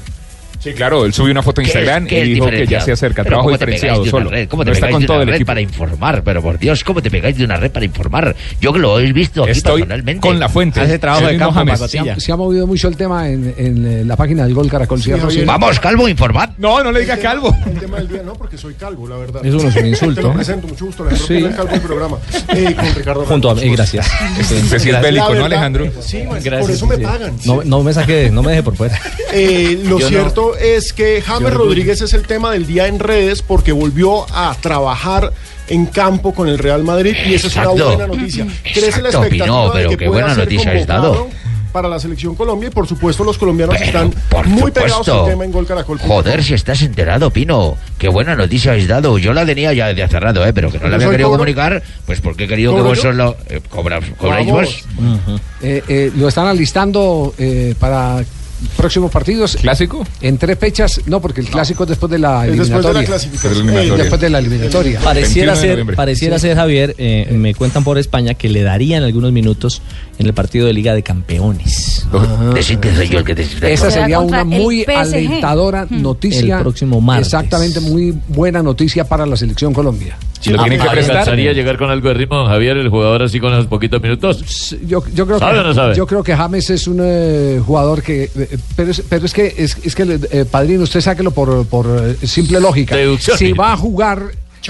S13: Sí, claro, él subió una foto en
S10: ¿Qué es-
S13: Instagram y
S10: qué es
S13: dijo que ya
S10: diferenciado?
S13: se acerca.
S10: Pero
S13: Trabajo
S10: ¿cómo te pegáis
S13: diferenciado
S10: de una
S13: solo.
S10: red? ¿Cómo te
S13: no está
S10: pegáis
S13: con
S10: de
S13: todo
S10: una
S13: el
S10: red
S13: equipo.
S10: para informar? Pero por Dios, ¿cómo te pegáis de una red para informar? Yo que lo he visto aquí
S13: Estoy
S10: personalmente.
S13: con la fuente. Hace trabajo de campo,
S4: Se ha, se ha movido mucho el tema en, en, eh, la página del Gol Caracol Cierro. sí.
S10: Vamos, Calvo, informad.
S13: No, no le diga calvo.
S8: El tema del día, no, porque soy calvo, la verdad.
S13: Eso no es un insulto.
S8: Te lo presento, mucho gusto, Alejandro
S13: Sí.
S8: Pérez, calvo del programa. Eh, con Ricardo
S14: Junto a
S8: Ramos.
S14: mí, gracias.
S13: Usted sí es
S14: La
S13: bélico, ¿no,
S14: verdad, eh,
S13: Alejandro?
S8: Sí, pues, por eso me pagan.
S14: No, no me saque, no me deje por fuera.
S8: Eh, lo
S14: Yo no.
S8: cierto es que
S14: Yo
S8: James
S14: no.
S8: Rodríguez es el tema del día en redes porque volvió a trabajar en campo con el Real Madrid y esa es una
S10: Exacto. Mm-hmm.
S8: buena noticia. Crece la
S10: Exacto,
S8: expectativa
S10: Pinó,
S8: de
S10: pero
S8: que
S10: qué
S8: pueda
S10: buena
S8: ser
S10: noticia has
S8: convocado
S10: dado.
S8: para la selección Colombia y por supuesto los colombianos están
S10: por
S8: muy
S10: supuesto.
S8: pegados al tema en Gol Caracol.
S10: Joder, si estás enterado, Pino. Qué buena noticia habéis dado. Yo la tenía ya de cerrado, ¿eh? pero que no Yo la había soy querido cobro. comunicar, pues porque he querido que ¿Cobro yo? vosotros lo. eh, cobra- ¿Cobráis
S4: Vamos.
S10: vos?
S4: Eh, eh, lo están alistando eh, para próximos partidos.
S13: ¿Clásico?
S4: En tres fechas, no, porque el clásico es después de la
S8: Es después de la
S4: eliminatoria.
S8: clasificación.
S4: Eh,
S8: Eliminatoria.
S4: después de la eliminatoria.
S14: Pareciera ser, pareciera ser Javier, eh, me cuentan por España que le darían algunos minutos en el partido de Liga de Campeones.
S38: Decir que soy yo el que te
S4: Ah. Esa sería una
S38: mujer
S4: muy alentadora noticia.
S14: El próximo martes.
S4: Exactamente, muy buena noticia para la selección Colombia.
S7: Si lo tienen que Ah, ¿Alcanzaría a llegar con algo de ritmo, Javier, el jugador así con unos poquitos minutos?
S4: Yo, yo creo
S7: ¿Sabe
S4: que,
S7: o no sabe?
S4: Yo creo que James es un eh, jugador que. eh, pero, es, pero es que, es, es que le- eh, padrino, usted sáquelo por, por eh, simple lógica.
S7: Deducción.
S4: Si va a jugar.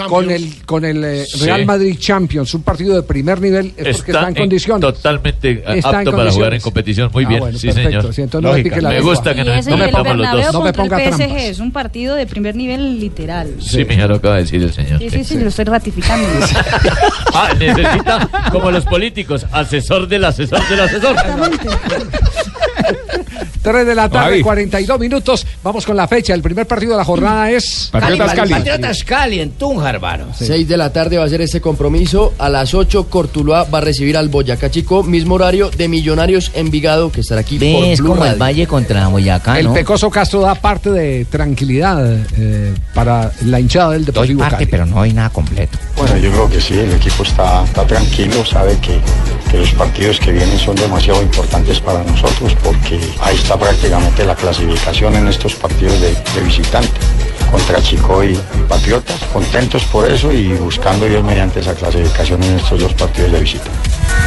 S4: Con el, con el eh,
S7: Sí.
S4: Real Madrid Champions, un partido de primer nivel, es porque está en condiciones.
S7: Totalmente
S4: Está en
S7: apto para jugar en competición.
S4: condiciones.
S7: Muy
S4: Ah,
S7: bien,
S4: bueno,
S7: sí,
S4: perfecto.
S7: señor.
S4: Sí, entonces no me
S7: Lógica.
S4: pique la
S7: me
S4: lengua.
S7: gusta que
S18: Y
S7: no,
S18: ese
S7: no
S18: y
S7: me
S18: el
S7: pongan los
S18: Bernabéu
S7: dos.
S18: contra el PSG
S7: trampas.
S18: es un partido de primer nivel literal.
S7: Sí, mija, lo acaba de decir el señor.
S18: Sí, sí, sí, lo estoy ratificando.
S7: Ah, necesita, como los políticos, asesor del asesor del asesor.
S4: 3 de la tarde,
S7: Javi.
S4: 42 minutos. Vamos con la fecha. El primer partido de la jornada es.
S29: Patriotas Cali en Tunja, 6 de la tarde va a ser ese compromiso. A las 8 Cortuluá va a recibir al Boyacá Chico, mismo horario de Millonarios Envigado que estará aquí por
S10: Es
S29: Blue
S10: como el
S29: Radio.
S10: Valle contra Boyacá,
S4: el
S10: ¿no?
S4: Pecoso Castro da parte de tranquilidad eh, para la hinchada del Deportivo
S10: parte,
S4: Cali.
S10: pero no hay nada completo.
S39: Bueno, yo creo que sí, el equipo está, está tranquilo, sabe que, que los partidos que vienen son demasiado importantes para nosotros porque ahí está prácticamente la clasificación en estos partidos de, de visitante contra Chico y, y Patriotas, contentos por eso y buscando Dios mediante esa clasificación en estos dos partidos de visitante.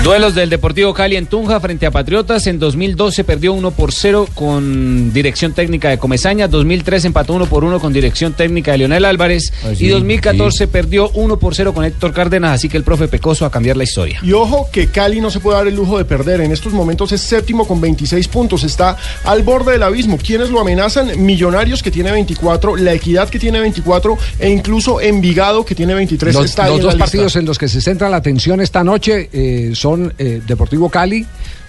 S19: Duelos del Deportivo Cali en Tunja frente a Patriotas. En 2012 perdió 1 por 0 con dirección técnica de Comezaña. 2003 empató 1 por 1 con dirección técnica de Leonel Álvarez.
S39: sí,
S19: y 2014 perdió 1 por 0 con Héctor Cárdenas. Así que el profe Pecoso a cambiar la historia.
S8: Y ojo que Cali no se puede dar el lujo de perder. En estos momentos es séptimo con 26 puntos. Está al borde del abismo. ¿Quiénes lo amenazan? Millonarios que tiene 24, La Equidad que tiene 24 e incluso Envigado que tiene 23.
S4: Los,
S8: está ahí
S4: los
S8: en la
S4: dos
S8: lista.
S4: partidos en los que se centra la atención esta noche eh, son eh, Deportivo Cali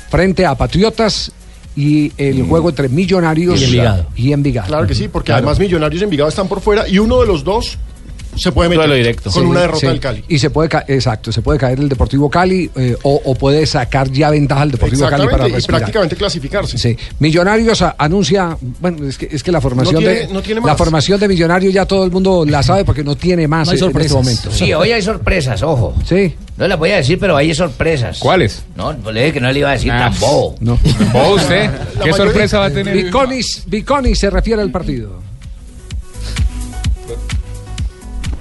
S4: frente a Patriotas y el juego entre Millonarios
S8: Y Envigado.
S4: y Envigado.
S8: Mm. Claro que sí, porque
S4: Claro.
S8: además Millonarios y Envigado están por fuera y uno de los dos se puede meter con
S4: Sí,
S8: una derrota
S4: sí.
S8: del Cali.
S4: Y se puede ca- exacto, se puede caer el Deportivo Cali eh, o, o puede sacar ya ventaja al Deportivo Cali para
S8: Exactamente, y
S4: respirar.
S8: prácticamente clasificarse.
S4: Sí. Millonarios a- anuncia, bueno, es que, es que la formación
S8: No tiene-
S4: de
S8: no tiene
S4: la
S8: más.
S4: formación de Millonarios ya todo el mundo la sabe porque no tiene más
S10: No hay
S4: en- en este
S10: sorpresas.
S4: momento.
S10: Sí, hoy hay sorpresas, ojo.
S4: Sí.
S10: No las voy a decir, pero hay sorpresas.
S13: ¿Cuáles?
S10: No, no le dije que no le iba a decir
S13: Nah.
S10: tan bobo.
S4: No.
S13: ¿Vos Oh, usted? ¿Qué sorpresa va a tener?
S4: Viconis, Viconis se refiere al partido.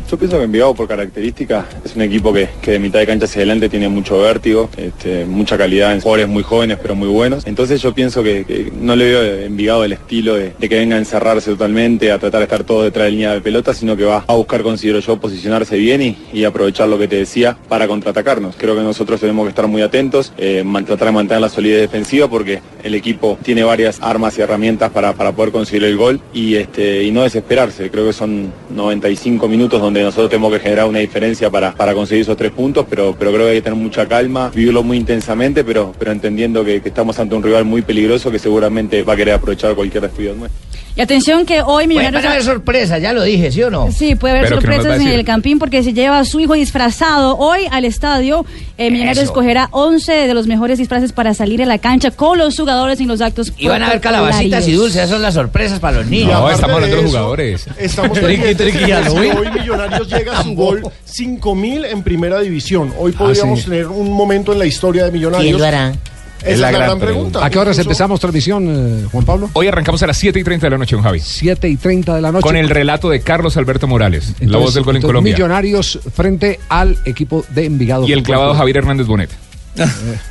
S11: Yo pienso que Envigado por características es un equipo que, que de mitad de cancha hacia adelante tiene mucho vértigo, este, mucha calidad en jugadores muy jóvenes pero muy buenos. Entonces yo pienso que, que no le veo a Envigado el estilo de, de que venga a encerrarse totalmente, a tratar de estar todo detrás de línea de pelota, sino que va a buscar, considero yo, posicionarse bien y, y aprovechar lo que te decía para contraatacarnos. Creo que nosotros tenemos que estar muy atentos, eh, man- tratar de mantener la solidez defensiva porque el equipo tiene varias armas y herramientas para, para poder conseguir el gol y, este, y no desesperarse. Creo que son 95 minutos donde nosotros tenemos que generar una diferencia para, para conseguir esos tres puntos, pero, pero creo que hay que tener mucha calma, vivirlo muy intensamente, pero, pero entendiendo que, que estamos ante un rival muy peligroso que seguramente va a querer aprovechar cualquier descuido nuestro.
S18: Y atención que hoy
S10: Bueno,
S18: Millonarios...
S10: van a haber sorpresas, ya lo dije, ¿sí o no?
S18: Sí, puede haber
S10: Pero que no nos va a
S18: sorpresas en
S10: decir.
S18: el Campín porque se lleva a su hijo disfrazado hoy al estadio. Eh, Millonarios
S10: Eso.
S18: escogerá 11 de los mejores disfraces para salir a la cancha con los jugadores en los actos.
S10: Y van a haber calabacitas y
S18: protocolarios.
S10: dulces, esas son las sorpresas para los niños.
S13: No, estamos hablando de los jugadores.
S8: Estamos
S13: Triqui,
S8: pendientes
S13: triqui,
S8: de
S13: ya lo
S8: que
S13: vi.
S8: hoy Millonarios llega a su gol 5000 en primera división. Hoy podríamos
S4: Ah, sí.
S8: tener un momento en la historia de Millonarios.
S4: ¿Quién lo hará?
S8: Esa es la gran, pregunta.
S4: ¿A qué horas
S8: Incluso-
S4: empezamos transmisión, eh, Juan Pablo?
S13: Hoy arrancamos a las 7 y 30 de la noche, don Javi.
S4: 7 y 30 de la noche.
S13: Con el relato de Carlos Alberto Morales, la
S4: Entonces,
S13: voz del gol en
S4: entonces,
S13: Colombia.
S4: Millonarios frente al equipo de Envigado.
S13: Y el clavado Javier Hernández Bonet.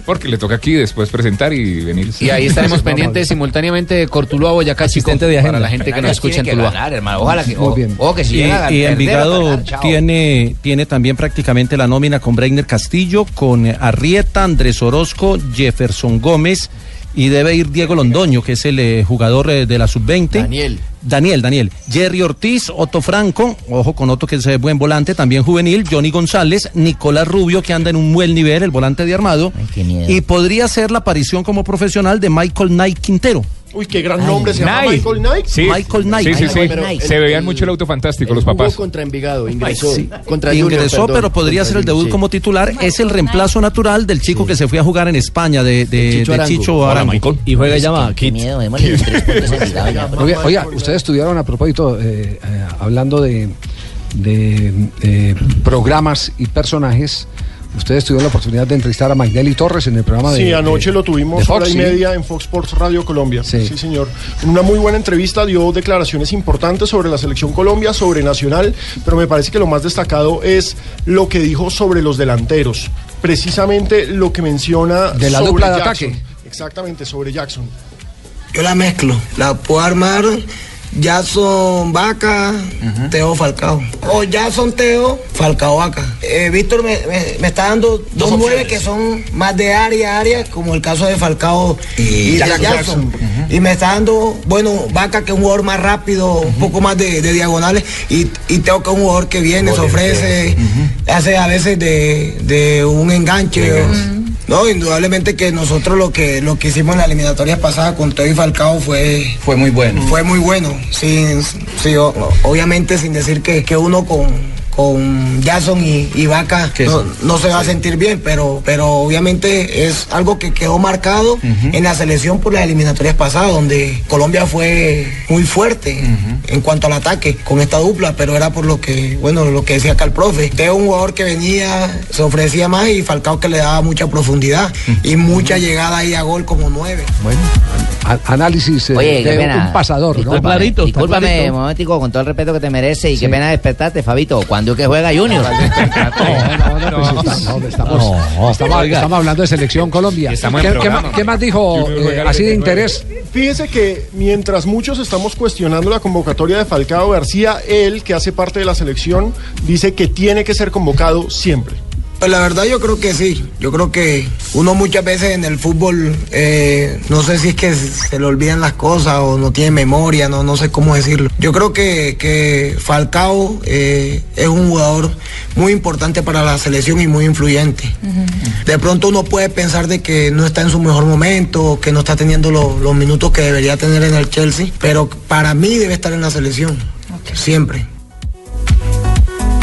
S13: Porque le toca aquí después presentar y venir.
S19: Y ahí estaremos pendientes simultáneamente de Cortuluá, Boyacá, Chico, para la gente que nos escucha en Tuluá.
S10: Muy bien. o que si
S5: y,
S10: llegan a
S5: y
S10: perder,
S5: Envigado
S10: van a ganar, chao.
S5: tiene, tiene también prácticamente la nómina con Breiner Castillo, con Arrieta, Andrés Orozco, Jefferson Gómez y debe ir Diego Londoño, que es el eh, jugador eh, de la sub-20. Daniel. Daniel, Daniel. Jerry Ortiz, Otto Franco, ojo con Otto que es eh, buen volante, también juvenil, Johnny González, Nicolás Rubio que anda en un buen nivel, el volante de armado.
S10: miedo.
S5: Y podría ser la aparición como profesional de Michael Knight Quintero,
S8: Uy, qué gran nombre se llama
S13: Knight.
S8: Michael Knight.
S13: Sí. Sí, sí, sí.
S8: Pero el-
S13: Se veían mucho el auto fantástico, los
S29: Jugó
S13: papás.
S29: contra Envigado, ingresó.
S12: Sí.
S29: Contra Junior,
S12: Ingresó,
S29: perdón.
S12: pero podría
S29: Contra
S12: ser el debut
S29: Junior, sí.
S12: como titular. Es el reemplazo natural del chico que se fue a jugar en España, de, de-
S29: Chicho
S12: de
S29: Arango.
S12: Chicho
S29: Hola,
S12: Arango.
S29: Michael.
S26: Y juega llama Kit.
S4: Oiga, oiga, ustedes estudiaron a propósito, eh, eh, hablando de, de, eh, programas y personajes, ustedes tuvieron la oportunidad de entrevistar a Magnelli Torres en el programa de...
S8: Sí, anoche
S4: de-
S8: lo tuvimos
S4: de Fox,
S8: hora y
S4: ¿sí?
S8: media en Fox Sports Radio Colombia. Sí. señor. Una muy buena entrevista, dio declaraciones importantes sobre la selección Colombia, sobre Nacional, pero me parece que lo más destacado es lo que dijo sobre los delanteros. Precisamente lo que menciona
S4: De la
S8: sobre
S4: dupla de
S8: Jackson.
S4: ataque.
S8: Exactamente, sobre Jackson.
S31: Yo la mezclo, la puedo armar Jason Vaca, Teo Falcao. O Jason Teo, Falcao Vaca. Eh, Víctor me, me- me está dando dos, nueve que son más de área a área, como el caso de Falcao y, de
S14: Jackson.
S31: Jackson. Y me está dando, bueno, Vaca que es un jugador más rápido, un poco más de, de diagonales, y, y Teo que es un jugador que viene, se ofrece, hace a veces de, de un enganche. o- no, indudablemente que nosotros lo que lo que hicimos en la eliminatoria pasada con Teo y Falcao fue fue muy bueno. Fue muy bueno. Sin, sí, o- obviamente sin decir que, que uno con con Jason y, y Vaca Que no, son- no se va a sentir bien, pero pero obviamente es algo que quedó marcado en la selección por las eliminatorias pasadas donde Colombia fue muy fuerte en cuanto al ataque con esta dupla, pero era por lo que bueno, lo que decía acá el profe. Teo un jugador que venía, se ofrecía más y Falcao que le daba mucha profundidad y mucha llegada ahí a gol como nueve.
S4: Bueno, an- análisis eh,
S31: Oye, qué
S4: de
S31: pena.
S4: un pasador, ¿no?
S31: Está clarito, está
S15: Discúlpame,
S31: clarito.
S15: un momentico, con todo el respeto que te merece y qué pena despertarte, Fabito. ¿Cuándo es que juega Junior?
S4: No, pues, estamos, estamos-
S15: oiga.
S4: estamos hablando de selección Colombia.
S15: Estamos
S4: ¿Qué,
S15: en
S4: qué
S15: programa,
S4: más, qué más dijo
S8: Junior
S4: eh,
S8: juega
S4: así de
S8: el 29.
S4: interés?
S8: Fíjense que mientras muchos estamos cuestionando la convocatoria de Falcao García, él, que hace parte de la selección, dice que tiene que ser convocado siempre.
S31: Pues la verdad yo creo que sí. Yo creo que uno muchas veces en el fútbol, eh, no sé si es que se le olvidan las cosas o no tiene memoria, no, no sé cómo decirlo. Yo creo que, que Falcao eh, es un jugador muy importante para la selección y muy influyente. De pronto uno puede pensar de que no está en su mejor momento, que no está teniendo lo- los minutos que debería tener en el Chelsea, pero para mí debe estar en la selección, siempre.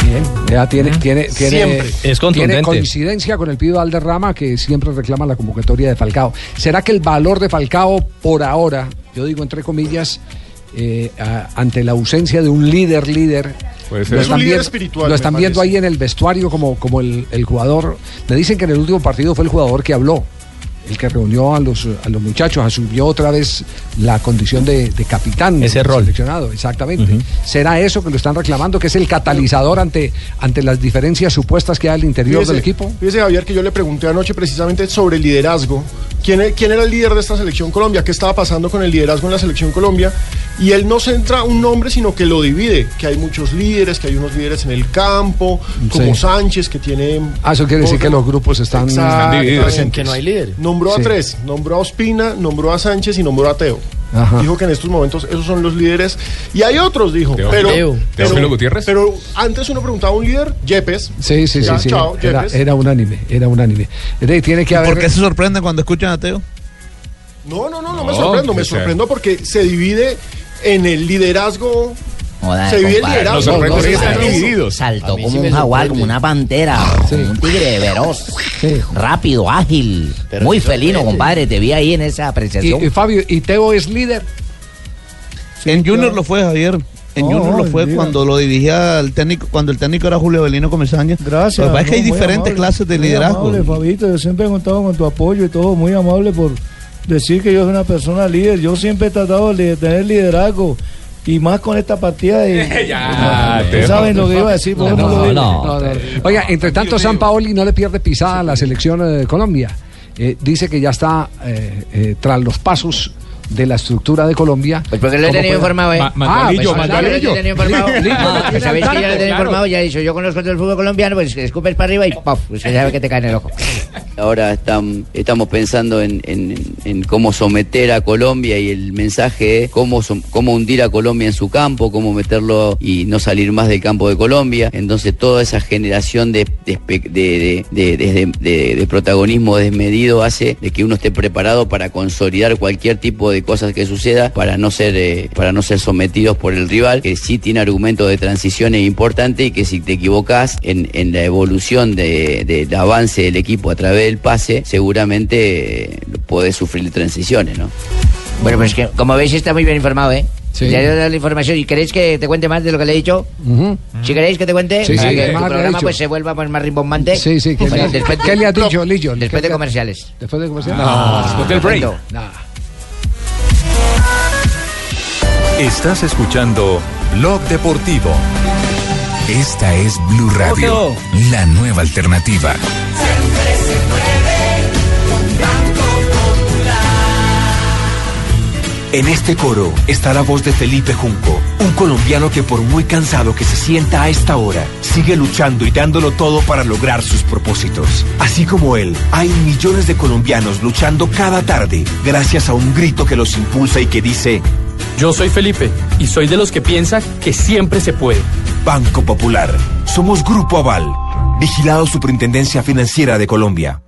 S4: Bien, ya tiene, tiene, tiene,
S31: Siempre. Es contundente.
S4: tiene coincidencia con el pido Alderrama que siempre reclama la convocatoria de Falcao. ¿Será que el valor de Falcao por ahora, yo digo entre comillas, eh, a- ante la ausencia de un líder líder,
S8: Puede ser. Es un líder espiritual,
S4: lo
S8: me
S4: están viendo ahí en el vestuario como, como el, el jugador? Me dicen que en el último partido fue el jugador que habló. El que reunió a los, a los muchachos, asumió otra vez la condición de, de capitán.
S26: Ese rol.
S4: Seleccionado, exactamente. ¿Será eso que lo están reclamando, que es el catalizador ante, ante las diferencias supuestas que hay al interior del equipo?
S8: Fíjese, Javier, que yo le pregunté anoche precisamente sobre el liderazgo. ¿Quién, e- ¿Quién era el líder de esta selección Colombia? ¿Qué estaba pasando con el liderazgo en la selección Colombia? Y él no centra un nombre, sino que lo divide. Que hay muchos líderes, que hay unos líderes en el campo, como
S4: Sí.
S8: Sánchez, que tiene...
S4: Ah, eso quiere decir que los grupos están,
S8: Exactamente.
S4: presentes.
S8: Nombró
S4: Sí.
S8: a tres. Nombró a Ospina, nombró a Sánchez y nombró a Teo.
S4: Ajá.
S8: Dijo que en estos momentos esos son los líderes. Y hay otros, dijo.
S13: Teo.
S8: Pero,
S13: Teo.
S8: pero-
S13: Teófilo Gutiérrez.
S8: pero antes uno preguntaba a un líder, Yepes.
S4: Sí, sí, sí,
S8: Ya,
S4: sí.
S8: chao,
S4: era,
S8: Yepes.
S4: era unánime, era unánime. Es decir, Tiene que haber...
S19: ¿Por qué se sorprenden cuando escuchan a Teo?
S8: No, no, no, no me
S19: No,
S8: sorprendo, me
S19: que sea.
S8: sorprendo porque se divide en el liderazgo. se divide el liderazgo.
S4: pues,
S15: sorprende
S8: entonces están divididos.
S15: Saltó
S8: mí
S15: como
S8: sí me
S15: un jaguar,
S8: sorprende.
S15: como una pantera, como un tigre veloz, rápido, ágil, muy felino, compadre. Te vi ahí en esa apreciación.
S4: Y, y Fabio, ¿y Teo es líder?
S19: en Junior lo fue, Javier. En Oh, Junior lo fue mira. cuando lo dirigía el técnico, cuando el técnico era Julio Belino Comesaña.
S20: Gracias.
S19: Lo que pasa es que hay
S20: no, muy
S19: diferentes
S20: amable,
S19: clases de
S20: muy
S19: liderazgo.
S20: amable, Fabito, yo siempre he contado con tu apoyo y todo, muy amable por decir que yo soy una persona líder. Yo siempre he tratado de tener liderazgo y más con esta partida de.
S13: Ya,
S20: Ustedes
S13: te-
S20: saben lo que iba a decir, por
S4: No,
S20: eso lo digo.
S4: no, no, no. Oiga, entre tanto, San Paoli no le pierde pisada a la selección eh, de Colombia. Eh, dice que ya está eh, eh, tras los pasos de la estructura de Colombia. Pues
S15: porque lo he tenido informado,
S4: Ah,
S15: ¿eh?
S4: Mangalillo,
S15: Lo he tenido informado.
S4: Listo.
S15: Ah, pues sabéis que yo lo he tenido informado, ya he dicho, yo conozco todo el fútbol colombiano, pues escupes para arriba y ¡paf! Pues ya sabe que te cae en el ojo.
S40: Ahora están, estamos pensando en, en- en cómo someter a Colombia y el mensaje es cómo, som- cómo hundir a Colombia en su campo, cómo meterlo y no salir más del campo de Colombia. Entonces toda esa generación de, de espe- de- de- de- de- de- de protagonismo desmedido hace de que uno esté preparado para consolidar cualquier tipo de cosas que suceda para no ser eh, para no ser sometidos por el rival que sí tiene argumentos de transiciones importantes y que si te equivocas en, en la evolución de- del avance del equipo a través del pase seguramente eh, podés sufrir transiciones no
S10: Bueno, pues que como veis está muy bien informado, ¿eh?
S40: Sí.
S10: Ya le he dado la información. ¿Y queréis que te cuente más de lo que le he dicho? Si queréis que te cuente,
S4: Mm. Sí, sí,
S10: para
S4: ¿qué más
S10: que tu
S4: le ha
S10: programa
S4: dicho?
S10: pues, se vuelva pues, más rimbombante.
S4: Sí, sí, ¿qué,
S10: Bueno,
S4: le-
S10: después-
S4: ¿qué le has dicho, Lillo?
S10: Después
S4: ¿Qué
S10: de
S4: le-
S10: comerciales.
S4: ¿Después de comerciales?
S10: No, después del break.
S21: Estás escuchando Blog Deportivo. Esta es Blue Radio, la nueva alternativa.
S28: En este coro está la voz de Felipe Junco, un colombiano que por muy cansado que se sienta a esta hora, sigue luchando y dándolo todo para lograr sus propósitos. Así como él, hay millones de colombianos luchando cada tarde gracias a un grito que los impulsa y que dice,
S41: Yo soy Felipe y soy de los que piensa que siempre se puede.
S28: Banco Popular, somos Grupo Aval, vigilado Superintendencia Financiera de Colombia.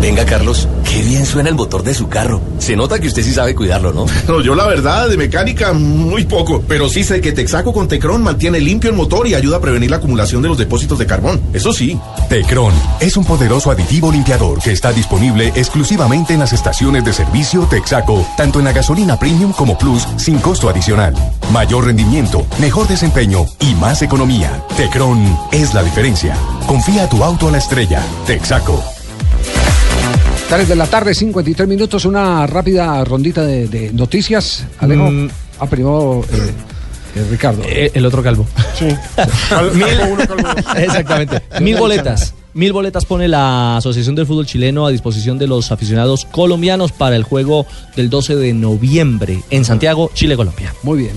S2: Venga, Carlos, qué bien suena el motor de su carro. Se nota que usted sí sabe cuidarlo, ¿no?
S42: No, yo la verdad, de mecánica, muy poco. Pero sí sé que Texaco con Tecron mantiene limpio el motor y ayuda a prevenir la acumulación de los depósitos de carbón. Eso sí.
S21: Tecron es un poderoso aditivo limpiador que está disponible exclusivamente en las estaciones de servicio Texaco, tanto en la gasolina Premium como Plus, sin costo adicional. Mayor rendimiento, mejor desempeño y más economía. Tecron es la diferencia. Confía tu auto a la estrella. Texaco.
S4: 3 de la tarde, 53 minutos, una rápida rondita de, de noticias. Alejo, ah, primero eh, eh, Ricardo.
S14: el otro calvo.
S4: Sí.
S14: Exactamente. Mil boletas. Mil boletas pone la Asociación del Fútbol Chileno a disposición de los aficionados colombianos para el juego del 12 de noviembre en Santiago, Chile, Colombia.
S4: Muy bien.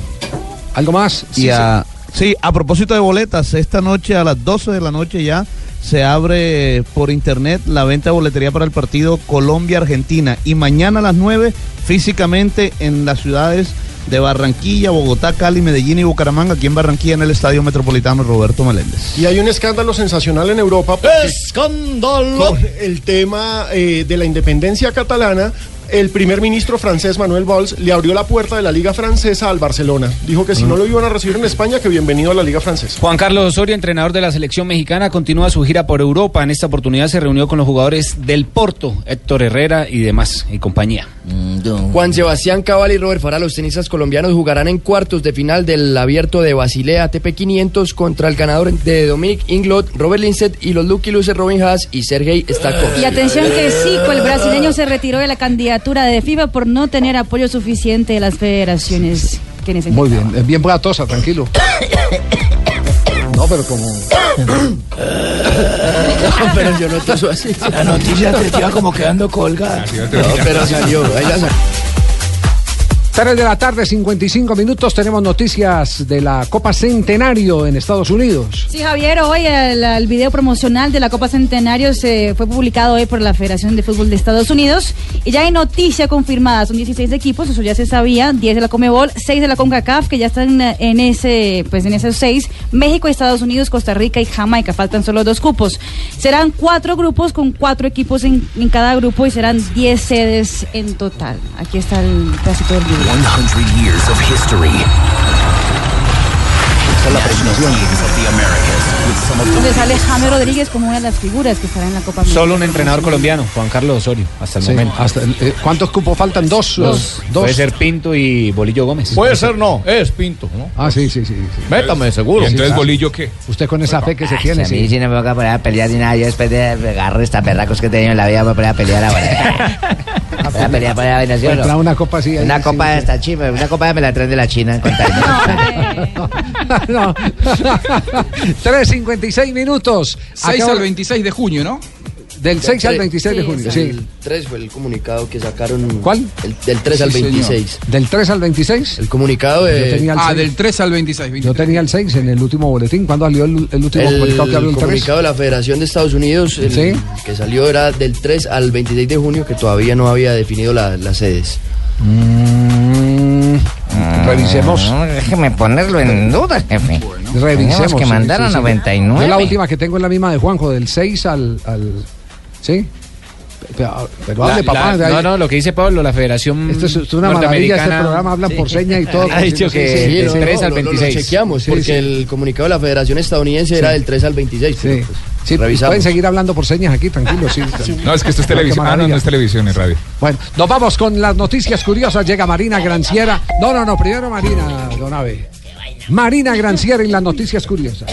S4: ¿Algo más?
S12: Y a- sí. a propósito de boletas, esta noche a las 12 de la noche ya se abre eh, por internet la venta de boletería para el partido Colombia-Argentina. Y mañana a las 9, físicamente en las ciudades de Barranquilla, Bogotá, Cali, Medellín y Bucaramanga, aquí en Barranquilla, en el Estadio Metropolitano Roberto Meléndez.
S8: Y hay un escándalo sensacional en Europa. ¡Escándalo! Con el tema eh, de la independencia catalana, el primer ministro francés Manuel Valls le abrió la puerta de la Liga Francesa al Barcelona. Dijo que si no lo iban a recibir en España, que bienvenido a la Liga Francesa.
S19: Juan Carlos Osorio, entrenador de la selección mexicana, continúa su gira por Europa. En esta oportunidad se reunió con los jugadores del Porto, Héctor Herrera y demás, y compañía.
S29: Juan Sebastián Cabal y Robert Farah, los tenistas colombianos, jugarán en cuartos de final del abierto de Basilea ATP 500 contra el ganador de Dominic Inglot, Robert Linset y los Lucky Losers Robin Haas y Sergei Stakov.
S18: Y atención que Zico, el brasileño, se retiró de la candidatura de FIFA por no tener apoyo suficiente de las federaciones. que necesitan.
S4: Muy bien, eh, bien bratosa, tranquilo. No, pero como.
S29: pero yo no toso así.
S4: La noticia
S29: estaba
S4: te estaba
S29: como quedando colgada. No, pero salió, ahí la sacó.
S4: 3 de la tarde, 55 minutos. Tenemos noticias de la Copa Centenario en Estados Unidos.
S18: Sí, Javier, hoy el, el video promocional de la Copa Centenario se fue publicado hoy por la Federación de Fútbol de Estados Unidos y ya hay noticia confirmada, son 16 equipos, eso ya se sabía, 10 de la Comebol, 6 de la CONCACAF que ya están eh, en ese pues en esos 6, México, Estados Unidos, Costa Rica y Jamaica, faltan solo dos cupos. Serán cuatro grupos con cuatro equipos en, en cada grupo y serán 10 sedes en total. Aquí está el pedacito del video.
S21: 100 years of history.
S18: Donde sale Jaime Rodríguez como una de las figuras que estará en la Copa América.
S19: Solo un entrenador colombiano, Juan Carlos Osorio, hasta el
S4: Sí,
S19: momento.
S4: hasta el- eh, ¿Cuántos cupos faltan? Dos.
S19: Dos. Puede ser Pinto y Bolillo Gómez. Pues,
S4: Puede ser,
S19: no.
S2: Es Pinto, ¿no?
S4: Ah, sí, sí, sí. sí.
S2: Métame, seguro.
S4: ¿Y entonces
S2: Sí, claro.
S4: Bolillo qué? Usted con esa fe que se tiene,
S10: A mí
S4: sí.
S10: si no me voy a poner a pelear ni nada, yo después de agarrar estas perracos que he tenido en la vida voy a poner a pelear ahora. Voy a pelear por la
S4: Para
S10: Venezuela.
S4: entrar a una copa así. ahí,
S10: Una
S4: sí,
S10: copa
S4: sí.
S10: de esta chima, una copa me la traen de la China. en contacto.
S4: 3.56 minutos.
S43: Seis
S4: Acabo-
S43: al 26 de junio, ¿no?
S4: Del 6 al
S29: tre-
S4: 26 de junio, sí.
S29: El 3 fue el comunicado que sacaron.
S4: ¿Cuál?
S29: El- del 3 al
S4: Sí, señor.
S29: 26.
S4: ¿Del 3 al 26?
S29: El comunicado de-
S4: Yo tenía el
S29: Ah,
S4: 6.
S29: del
S30: 3 al 26.
S4: Yo tenía el 6 en el último boletín. ¿Cuándo salió el, el último
S29: El
S4: comunicado que abrió el 3?
S29: comunicado de la Federación de Estados Unidos el
S4: Sí.
S29: que salió era del 3 al 26 de junio, que todavía no había definido la- las sedes.
S4: Mm. Ah. Revisemos.
S5: Ah,
S15: Déjeme ponerlo Ah, en duda, jefe.
S4: Revisemos.
S15: Tenemos que
S4: sí,
S15: mandar
S4: sí,
S15: a
S4: sí.
S15: 99.
S4: Yo la última que tengo es la misma de Juanjo, del 6 al. al ¿Sí? Pero, pero hable,
S5: La-
S4: papá.
S5: la-
S4: de ahí.
S5: no, no, lo que dice Pablo, la Federación.
S4: Esto es- es una maravilla,
S5: norteamericana
S4: este programa, hablan por seña y todo.
S5: Ha dicho que del 3
S29: lo-
S5: al
S29: lo-
S5: 26.
S29: Lo, chequeamos,
S5: Sí,
S29: porque
S5: sí.
S29: el comunicado de la Federación Estadounidense era
S4: Sí.
S29: del 3 al pues, 26. Sí.
S4: Sí, pueden seguir hablando por señas aquí, tranquilos. Sí,
S13: No, es que esto es
S4: Qué
S13: televisión. Ah, no,
S4: maravilla.
S13: no es televisión, es radio.
S4: Bueno, nos vamos con las noticias curiosas. Llega Marina Granciera. No, no, no, primero Marina, don Ave. Marina Granciera y las noticias curiosas.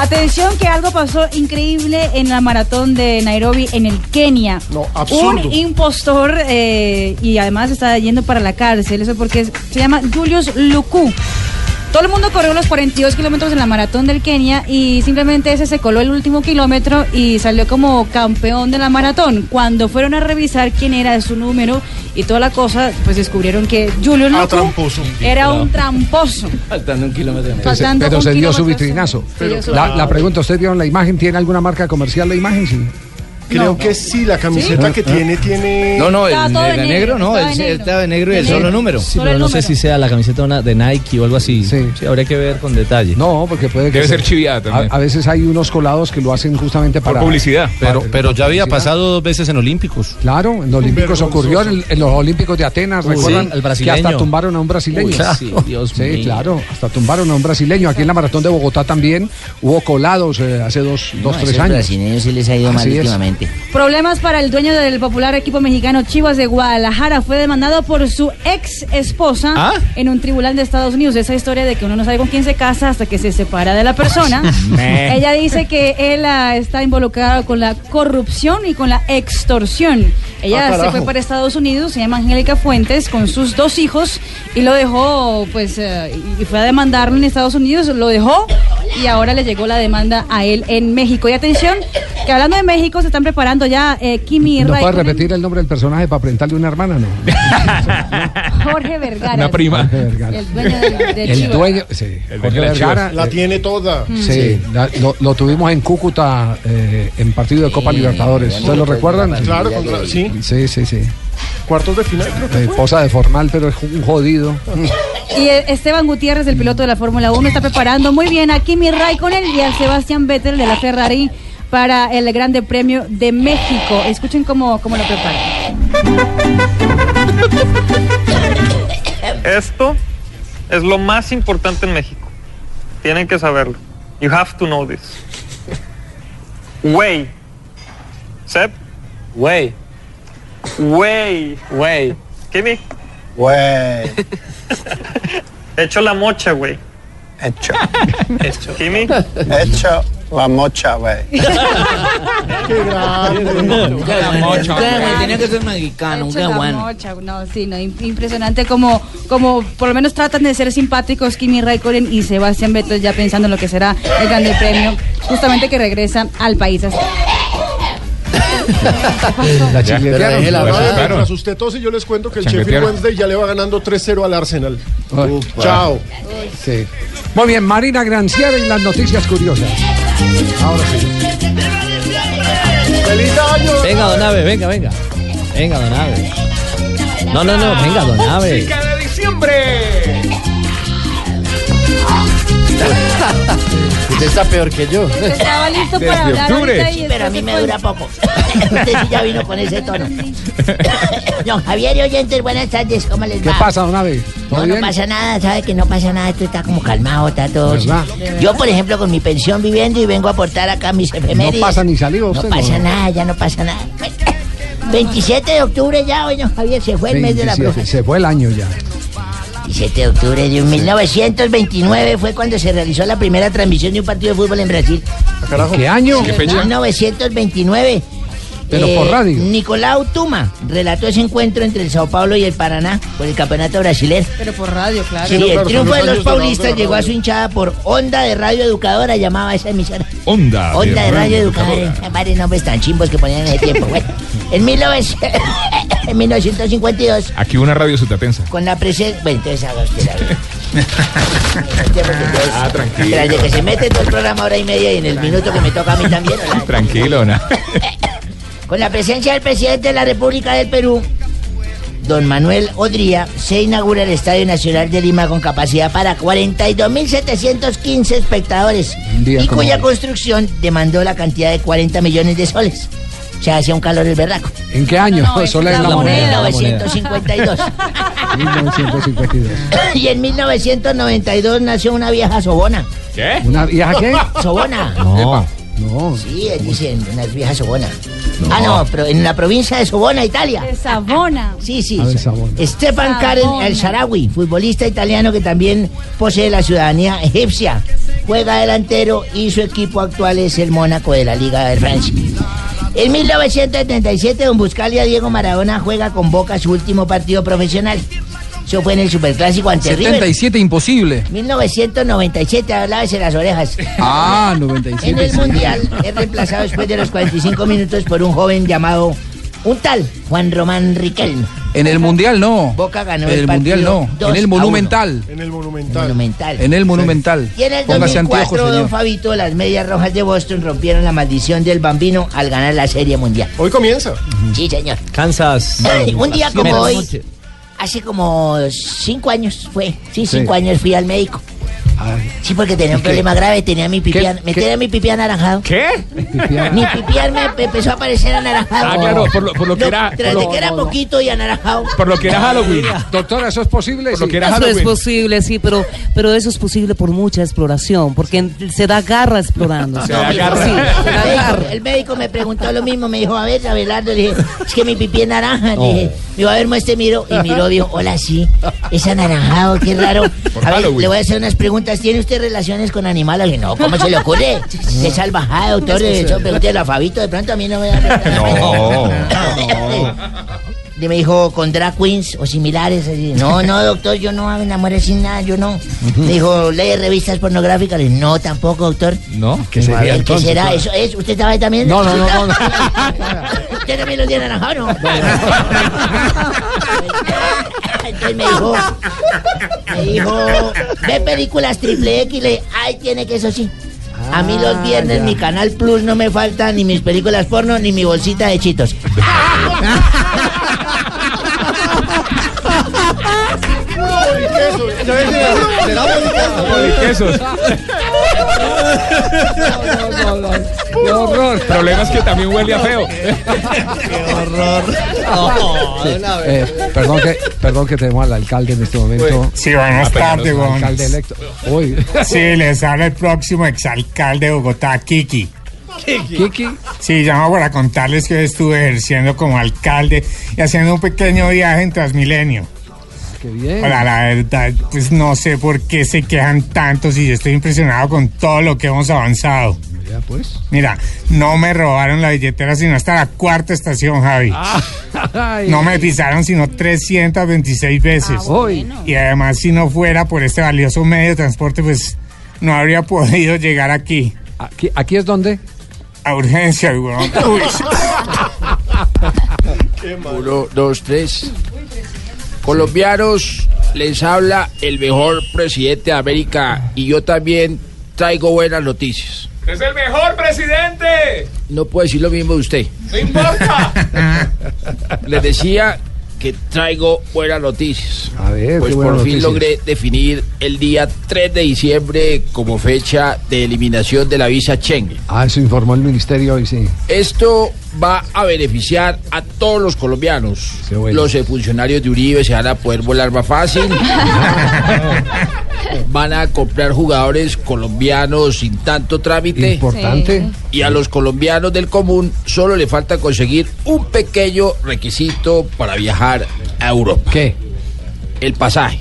S18: Atención que algo pasó increíble en la maratón de Nairobi en el Kenia.
S1: absurdo.
S18: Un impostor eh, y además está yendo para la cárcel, eso porque es- se llama Julius Luku. Todo el mundo corrió los 42 kilómetros en la maratón del Kenia y simplemente ese se coló el último kilómetro y salió como campeón de la maratón. Cuando fueron a revisar quién era su número y toda la cosa, pues descubrieron que Julius Luku era un tramposo.
S5: Faltando un kilómetro.
S4: Entonces,
S18: Faltando
S4: pero
S18: un
S4: se dio su
S18: kilómetro,
S4: vitrinazo.
S18: se dio su
S4: La,
S18: vitrinazo.
S4: la pregunta, ¿usted vieron la imagen? ¿Tiene alguna marca comercial la imagen? Sí.
S8: Creo que sí, la camiseta
S4: ¿Sí?
S8: que tiene, tiene.
S10: No, no, el,
S8: Estaba todo
S10: de
S8: de negro,
S10: negro, no,
S8: estaba
S10: él
S8: de negro.
S10: estaba de negro y el solo número.
S26: Sí, pero no sé si sea la camiseta una- de Nike o algo así. Sí. habría que ver con detalle.
S4: No, porque puede
S26: Debe ser
S4: chiviada
S26: también.
S4: A, a veces hay unos colados que lo hacen justamente para.
S12: Pero, pero ya había pasado dos veces en Olímpicos.
S4: Claro, en los Olímpicos ocurrió, en, en los Olímpicos de Atenas,
S12: Uy,
S4: recuerdan
S12: sí, al
S4: que
S12: brasileño.
S4: hasta tumbaron a un brasileño.
S12: Uy, sí, Dios
S4: sí,
S12: mío.
S4: claro, hasta tumbaron a un brasileño. Aquí en la Maratón de Bogotá también hubo colados eh, hace dos, dos
S15: a
S4: tres
S15: esos
S4: años.
S15: brasileños sí les ha ido mal
S4: Así es.
S15: últimamente.
S18: Problemas para el dueño del popular equipo mexicano Chivas de Guadalajara. Fue demandado por su ex esposa
S15: ¿Ah?
S18: en un tribunal de Estados Unidos. Esa historia de que uno no sabe con quién se casa hasta que se separa de la persona.
S26: Eh.
S27: Meh.
S18: Ella dice que él ah, está involucrado con la corrupción y con la extorsión.
S27: Ah,
S18: Ella se
S27: carajo.
S18: fue para Estados Unidos, se llama Angélica Fuentes, con sus dos hijos y lo dejó, pues, eh, y fue a demandarlo en Estados Unidos, lo dejó y ahora le llegó la demanda a él en México. Y atención, que hablando de México, se están preparando ya eh, Kimi
S4: ¿No puede
S18: Raikkonen,
S4: repetir el nombre del personaje para presentarle una hermana? No.
S18: Jorge Vergara.
S4: Jorge Vergara.
S18: El dueño de, de
S4: El
S18: Chivas. Mm.
S4: dueño, sí, Jorge Vergara.
S8: La
S4: eh,
S8: tiene toda.
S4: Sí, la- lo, lo tuvimos en Cúcuta eh, en partido de Copa Libertadores. ¿Ustedes lo recuerdan?
S8: Claro, contra- sí.
S4: Sí, sí, sí.
S8: Cuartos de final, creo
S4: La
S8: que fue.
S4: esposa de formal, pero es un jodido.
S18: Y eh, Esteban Gutiérrez, el piloto de la Fórmula 1, está preparando muy bien a Kimi Raikkonen y a Sebastián Vettel de la Ferrari para el Grande Premio de México. Escuchen cómo, cómo lo preparan.
S3: Esto es lo más importante en México. Tienen que saberlo. You have to know this. Way. Seb. Way. Way. Way. Kimi. Way. Hecho la mocha, güey. Hecho. Hecho. Kimi. Hecho la mocha, güey.
S8: Qué grande.
S15: Tenía que ser mexicano, un
S18: Hecho la
S15: caguán.
S18: mocha, no, sí, no, im- impresionante como, como por lo menos tratan de ser simpáticos Kimi Raikkonen y Sebastián Vettel ya pensando en lo que será el Grande Premio, justamente que regresa al país. Así-
S4: La
S8: Pero
S4: chiletearon.
S8: dejé la
S4: Pues,
S8: madre,
S4: claro.
S8: Mientras usted tose, yo les cuento que el Sheffield
S4: Chanquetearon.
S8: Wednesday ya le va ganando 3-0 al Arsenal.
S4: Upa.
S8: Chao.
S4: Sí. Muy bien, Marina Granciera y las noticias curiosas. Ahora sí.
S8: ¡Feliz año!
S26: Venga, don Ave, venga, venga. Venga, don Ave. No, no, no, venga, don Ave.
S13: ¡Música de diciembre!
S29: Usted está peor que yo.
S18: Estaba listo
S15: Desde
S18: para hablar
S15: octubre.
S18: ahorita y
S15: Sí, pero a mí
S18: después
S15: me
S18: se fue.
S15: dura poco. Usted sí ya vino con ese tono. Don Javier y oyentes, buenas tardes, ¿cómo les
S4: ¿Qué
S15: va?
S4: pasa, don Ave?
S15: No,
S4: ¿Todo
S15: no
S4: bien?
S15: pasa nada, sabe que no pasa nada, esto está como calmado, está todo.
S4: ¿Verdad?
S15: Yo, por ejemplo, con mi pensión viviendo y vengo a aportar acá mis efemérides.
S4: No pasa ni salida
S15: No
S4: usted,
S15: pasa
S4: no.
S15: nada, ya no pasa nada. 27 de octubre ya, oye, don Javier, se fue el mes de la
S4: 27,
S15: bruja.
S4: se fue el año ya.
S15: 17 de octubre de 1929 fue cuando se realizó la primera transmisión de un partido de fútbol en Brasil.
S4: ¿Qué año?
S15: Sí,
S4: ¿Qué fecha?
S15: 1929.
S4: Pero por radio.
S15: eh, Nicolau Tuma relató ese encuentro entre el Sao Paulo y el Paraná por el campeonato brasileño.
S18: Pero por radio, claro.
S15: Sí, el triunfo de los paulistas llegó a su hinchada por Onda de Radio Educadora, llamaba esa emisora.
S13: Onda.
S15: Onda de Radio Educadora. Varios nombres tan chimbos que ponían en ese tiempo. Bueno, en, 1900 en 1952,
S13: Aquí una radio sutatensa.
S15: con la presencia... Bueno, entonces haga usted la vida.
S13: Ah, tranquilo.
S15: Tras de que se mete todo el programa hora y media y en el minuto que me toca a mí también. hola.
S13: Tranquilo, na.
S15: Con la presencia del presidente de la República del Perú, don Manuel Odría, se inaugura el Estadio Nacional de Lima con capacidad para 42.715 espectadores
S4: día
S15: y
S4: como
S15: cuya
S4: hoy.
S15: construcción demandó la cantidad de 40 millones de soles. O sea, hacía un calor el verraco.
S4: ¿En qué año? Solo en la moneda.
S15: 1952.
S4: 1952.
S15: y en 1992 nació una vieja sobona.
S13: ¿Qué?
S4: ¿Una vieja qué?
S15: Sobona.
S4: No. No.
S15: Sí, dicen unas viejas Sobona. Ah, no, pero en la provincia de Sobona, Italia. De Sabona. Sí, sí.
S4: Ah, de Savona.
S15: Stefan
S4: Savona.
S15: Karen El Sarawi, futbolista italiano que también posee la ciudadanía egipcia. Juega delantero y su equipo actual es el Mónaco de la Liga de Francia. En 1977, Don Buscalia Diego Maradona juega con Boca su último partido profesional. Eso fue en el Superclásico ante River.
S22: 77 imposible.
S15: 1997, hablabas en las orejas.
S22: Ah,
S15: En
S22: 97.
S15: el Mundial es reemplazado después de los 45 minutos por un joven llamado un tal Juan Román Riquelme.
S22: En el Mundial no.
S15: Boca ganó
S22: En
S15: el
S22: el
S15: partido
S22: Mundial no.
S15: dos
S22: En
S15: a
S22: el Monumental.
S44: En el Monumental.
S22: En el Monumental.
S15: Y en el
S22: Póngase
S15: 2004,
S22: anteojos,
S15: don
S22: señor.
S15: Fabito, las medias rojas de Boston rompieron la maldición del bambino al ganar la Serie Mundial.
S44: Hoy comienza.
S15: Sí, señor.
S14: Kansas.
S15: un
S14: Siete
S15: día
S14: de
S15: como
S14: la
S15: hoy,
S14: noche.
S15: hace como cinco años fue, sí,
S14: Sí.
S15: cinco años fui al médico. Sí, porque tenía un
S4: ¿Y qué?
S15: problema grave, tenía mi pipí,
S4: ¿Qué?
S15: an- me
S4: ¿Qué?
S15: tenía mi pipí anaranjado.
S13: ¿Qué?
S15: Mi pipí an- me empezó a parecer anaranjado.
S13: Ah, claro, por lo- por lo que era-
S15: Tras
S13: por
S15: de
S13: lo-
S15: que era poquito y anaranjado.
S13: Por lo que era Halloween.
S4: Doctora, ¿eso es posible?
S13: Por lo
S4: Sí.
S13: que era
S33: Eso es
S13: Halloween.
S33: posible, sí, pero, pero eso es posible por mucha exploración, porque se da garra explorando.
S13: Se da garra.
S33: Sí, se da
S15: El
S33: garra.
S15: médico, el médico me preguntó lo mismo, me dijo, a ver, Abelardo, le dije, es que mi pipí es naranja,
S33: No.
S15: le dije, me iba a ver, muestre, miro, y miró, dijo, hola, sí, es anaranjado, qué raro.
S9: Por
S15: A ver,
S9: Halloween.
S15: le voy a hacer unas preguntas, ¿tiene usted relaciones con animales? Le dije, no, ¿cómo se le ocurre? Qué salvajada, doctor, eso pregúntelo a Fabito, de pronto a mí no me da
S13: No.
S15: Y me dijo, ¿con drag queens o similares? Así, no, no, doctor, yo no me enamoré sin nada, yo no. Me dijo, ¿lee revistas pornográficas? Le dije, no, tampoco, doctor.
S13: No,
S15: ¿Qué
S4: sería entonces,
S15: será?
S4: claro.
S15: ¿Eso es? ¿Usted estaba ahí también?
S4: No, no, no, no, no.
S15: ¿Usted también lo tiene anaranjado, no? Entonces me dijo, me dijo, ve películas triple X, le dije, ay, tiene que eso sí. A mí los viernes
S9: ya.
S15: mi canal Plus no me falta ni mis películas porno ni mi bolsita de chitos.
S13: Poliquesos.
S4: ¡Qué horror!
S13: El problema es que también huele a feo.
S4: Sí. Eh, perdón, que, perdón que tenemos al alcalde en este momento.
S45: Pues, Sí, buenas tardes,
S4: Al
S45: Gómez.
S4: alcalde electo. Uy.
S45: Sí, les habla el próximo exalcalde de Bogotá, Kiki.
S4: Kiki.
S45: Sí, llamo para contarles que estuve ejerciendo como alcalde y haciendo un pequeño viaje en Transmilenio.
S4: Qué bien.
S45: Ahora, la
S26: eh.
S45: verdad, pues no sé por qué se quejan tanto si yo estoy impresionado con todo lo que hemos avanzado.
S4: Ya, pues.
S45: Mira, no me robaron la billetera sino hasta la cuarta estación, Javi.
S4: Ah, Ay. Ah,
S45: No me pisaron sino 326 veces. Y además, si no fuera por este valioso medio de transporte, pues no habría podido llegar aquí.
S4: ¿Aquí, aquí es donde?
S45: A urgencia, weón. Uy,
S9: Uno, dos, tres. Colombianos, les habla el mejor presidente de América y yo también traigo buenas noticias.
S13: ¡Es el mejor presidente!
S9: No puedo decir lo mismo de usted.
S13: ¡No importa!
S9: Les decía que traigo buenas noticias.
S4: A ver,
S9: Pues
S4: qué
S9: por
S4: buenas
S9: fin
S4: noticias.
S9: logré definir el día 3 de diciembre como fecha de eliminación de la visa Schengen.
S4: Ah, eso informó el ministerio hoy, sí.
S9: Esto va a beneficiar a todos los colombianos. Los eh, funcionarios de Uribe se van a poder volar más fácil. van a comprar jugadores colombianos sin tanto trámite.
S4: Importante.
S9: Y a los colombianos del común solo le falta conseguir un pequeño requisito para viajar a Europa.
S4: ¿Qué?
S9: El pasaje.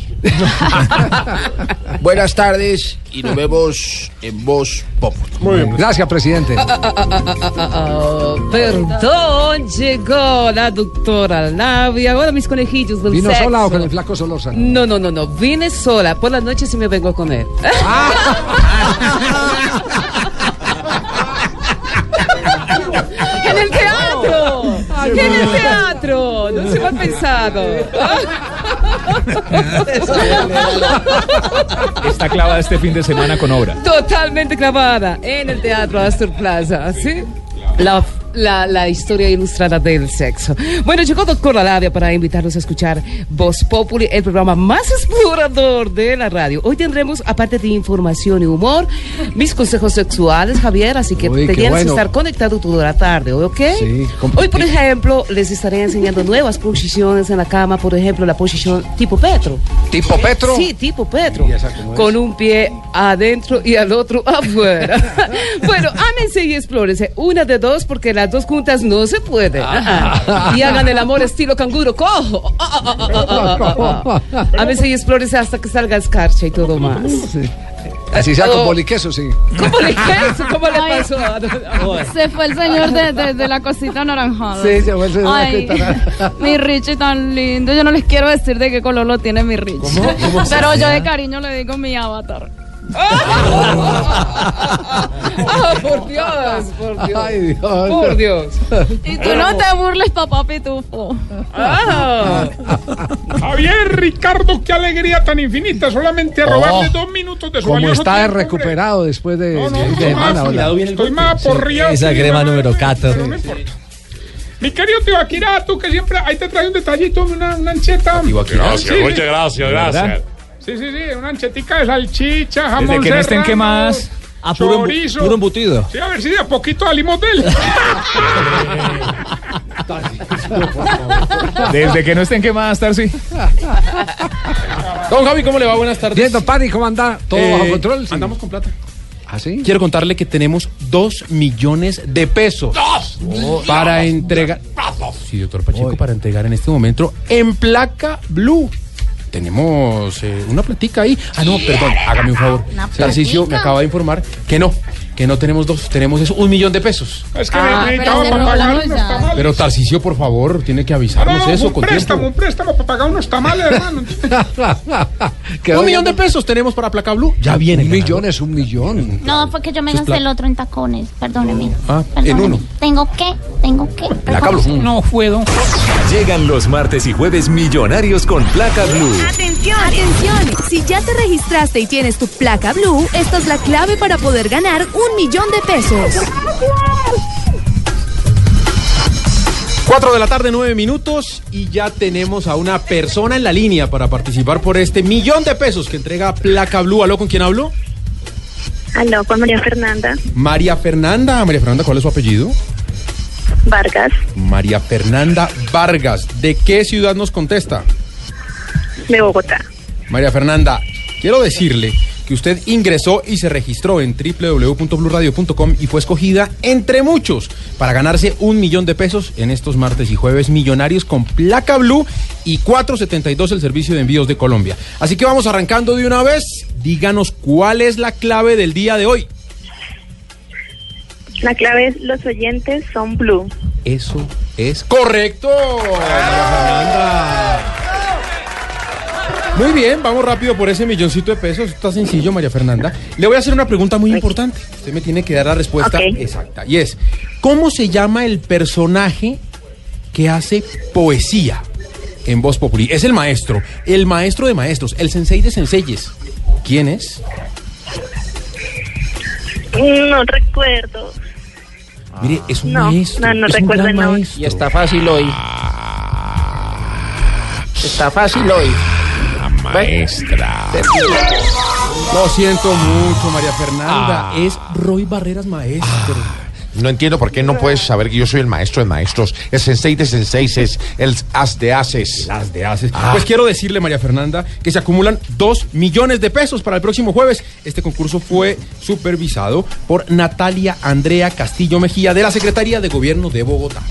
S9: Buenas tardes y nos vemos en Voz Pop.
S4: Muy bien. Gracias, presidente.
S33: Ah, Perdón, llegó la doctora Labia. Ahora mis conejillos del
S4: ¿Vino
S33: sexo.
S4: sola o con el flaco Solórzano?
S33: No, no, no, no. Vine sola. Por la noche sí me vengo con él. ¡En el teatro! ¡En el teatro! No se me ha pensado.
S13: Está clavada este fin de semana con obra.
S33: Totalmente clavada en el teatro Astor Plaza, ¿sí? La, la, la historia ilustrada del sexo. Bueno, llegó Doctor Labia para invitarnos a escuchar Voz Populi, el programa más explorador de la radio. Hoy tendremos, aparte de información y humor, mis consejos sexuales, Javier, así que
S4: Uy, qué
S33: tenías que
S4: bueno.
S33: estar conectado toda la tarde, ¿ok?
S4: Sí,
S33: Hoy, por ejemplo, les estaré enseñando nuevas posiciones en la cama, por ejemplo, la posición tipo Petro.
S4: ¿Tipo Petro?
S33: Sí, tipo Petro. Con un pie adentro y al otro afuera. bueno, ámense y explórense. Una de dos, porque las dos juntas no se puede. Ah, ah. y hagan el amor estilo canguro. ¡Cojo! Ah, ah, ah, ah, ah, ah, ah. Ámense y explórense hasta que salga escarcha y todo más.
S4: Así sea con
S33: Oh.
S4: poliqueso, sí.
S33: ¿Cómo le, eso? ¿Cómo le
S20: Ay.
S33: pasó?
S20: Se fue el señor de, de- de la cosita anaranjada.
S4: Sí, se fue el señor de la
S20: Ay,
S4: cosita
S20: Mi Richie tan lindo. Yo no les quiero decir de qué color lo tiene mi Richie.
S4: ¿Cómo se
S20: Pero yo
S4: llama?
S20: de cariño le digo mi avatar.
S33: ¡Ah, por Dios! ¡Por Dios!
S4: Ay, Dios.
S33: ¡Por Dios!
S20: Y tú no te burles, papá pitufo.
S30: Oh. Javier, Ricardo, qué alegría tan infinita. Solamente
S4: Oh.
S30: robarle dos minutos de su
S4: Como
S30: valioso
S4: está
S30: tiempo, hombre.
S4: recuperado después de,
S30: No, no,
S4: de-
S30: no,
S4: de
S30: no,
S4: mala
S30: no,
S4: ola.
S30: cuidado bien el Estoy golpe. más aporreado,
S46: Esa
S30: sí,
S46: crema número 14.
S30: Mi querido Tibaquirá, tú que siempre. Ahí te trae un detallito, una, una ancheta.
S14: Gracias,
S30: Sí,
S14: muchas gracias, gracias.
S30: ¿Verdad? Sí, sí, sí, una anchetica de salchicha, jamón
S13: Desde que no estén
S30: serrano,
S13: quemadas.
S30: Ah,
S13: puro embu-
S30: chorizo.
S13: puro embutido.
S30: Sí, a ver si de a poquito salimos de él.
S13: Desde que no estén quemadas, Tarsi.
S28: Don Javi, ¿cómo le va? Buenas tardes.
S4: Bien, don Pani, ¿cómo anda? ¿Todo
S28: Eh,
S4: bajo control? Sí.
S28: Andamos con plata.
S4: ¿Ah, sí?
S28: Quiero contarle que tenemos 2 millones de pesos Oh, para entregar. Sí, doctor Pacheco, para entregar en este momento en placa blue. Tenemos eh, una platica ahí. Ah, no, perdón, hágame un favor.
S14: Una
S28: Tarcicio me
S14: platica.
S28: acaba de informar que no, que no tenemos dos, tenemos eso, un millón de pesos.
S30: Es que
S28: Ah,
S14: pero
S30: necesitamos
S14: se
S30: para
S14: robó la
S30: pagar
S14: bolsa.
S30: unos tamales.
S28: Pero Tarcicio, por favor, tiene que
S30: No,
S28: avisarnos
S30: no,
S28: eso
S30: un
S28: con
S30: préstamo,
S28: tiempo.
S30: un préstamo para pagar unos tamales, hermano.
S28: un millón de pesos tenemos para placa blue. Ya viene. Un millón
S4: es un millón.
S47: No, fue que yo me
S28: Sus
S47: gasté
S28: pla-
S47: el otro en tacones, perdóneme.
S28: Ah,
S47: Perdóneme.
S28: en uno.
S47: Tengo que, tengo que. reconocerlo.
S48: No fue don
S21: Llegan los martes y jueves millonarios con placa blue.
S26: Atención, atención. Si ya te registraste y tienes tu placa blue, esta es la clave para poder ganar un millón de pesos.
S28: 4 de la tarde, 9 minutos y ya tenemos a una persona en la línea para participar por este millón de pesos que entrega Placa Blue. ¿Aló con quién hablo?
S3: Aló, con María Fernanda
S28: María Fernanda. María Fernanda, ¿cuál es su apellido?
S3: Vargas,
S28: María Fernanda Vargas. ¿De qué ciudad nos contesta?
S3: de Bogotá.
S28: María Fernanda, quiero decirle que usted ingresó y se registró en www.bluradio.com y fue escogida entre muchos para ganarse un millón de pesos en estos martes y jueves millonarios con placa blue y 472 el servicio de envíos de Colombia. Así que vamos arrancando de una vez. Díganos cuál es la clave del día de hoy.
S3: La clave es los oyentes son blue.
S28: Eso es correcto. María Fernanda. Muy bien, vamos rápido por ese milloncito de pesos. Está sencillo, María Fernanda. Le voy a hacer una pregunta muy importante. Usted me tiene que dar la respuesta
S14: Ok.
S28: exacta. Y es, ¿cómo se llama el personaje que hace poesía en Voz Populi? Es el maestro, el maestro de maestros, el sensei de senseyes. ¿Quién es?
S3: No recuerdo.
S28: Mire, es un
S3: No,
S28: maestro.
S3: no, no
S28: es un
S3: recuerdo
S28: gran
S3: el nombre.
S28: maestro.
S9: Ah. Y está fácil hoy. Está fácil hoy.
S28: Ah. maestra. Lo siento mucho, María Fernanda. Es Roy Barreras maestro.
S49: Ah. No entiendo por qué no puedes saber que yo soy el maestro de maestros. El sensei de senseis es el as de ases. Ah.
S28: Las de ases. Pues quiero decirle, María Fernanda, que se acumulan 2 millones de pesos para el próximo jueves. Este concurso fue supervisado por Natalia Andrea Castillo Mejía de la Secretaría de Gobierno de Bogotá.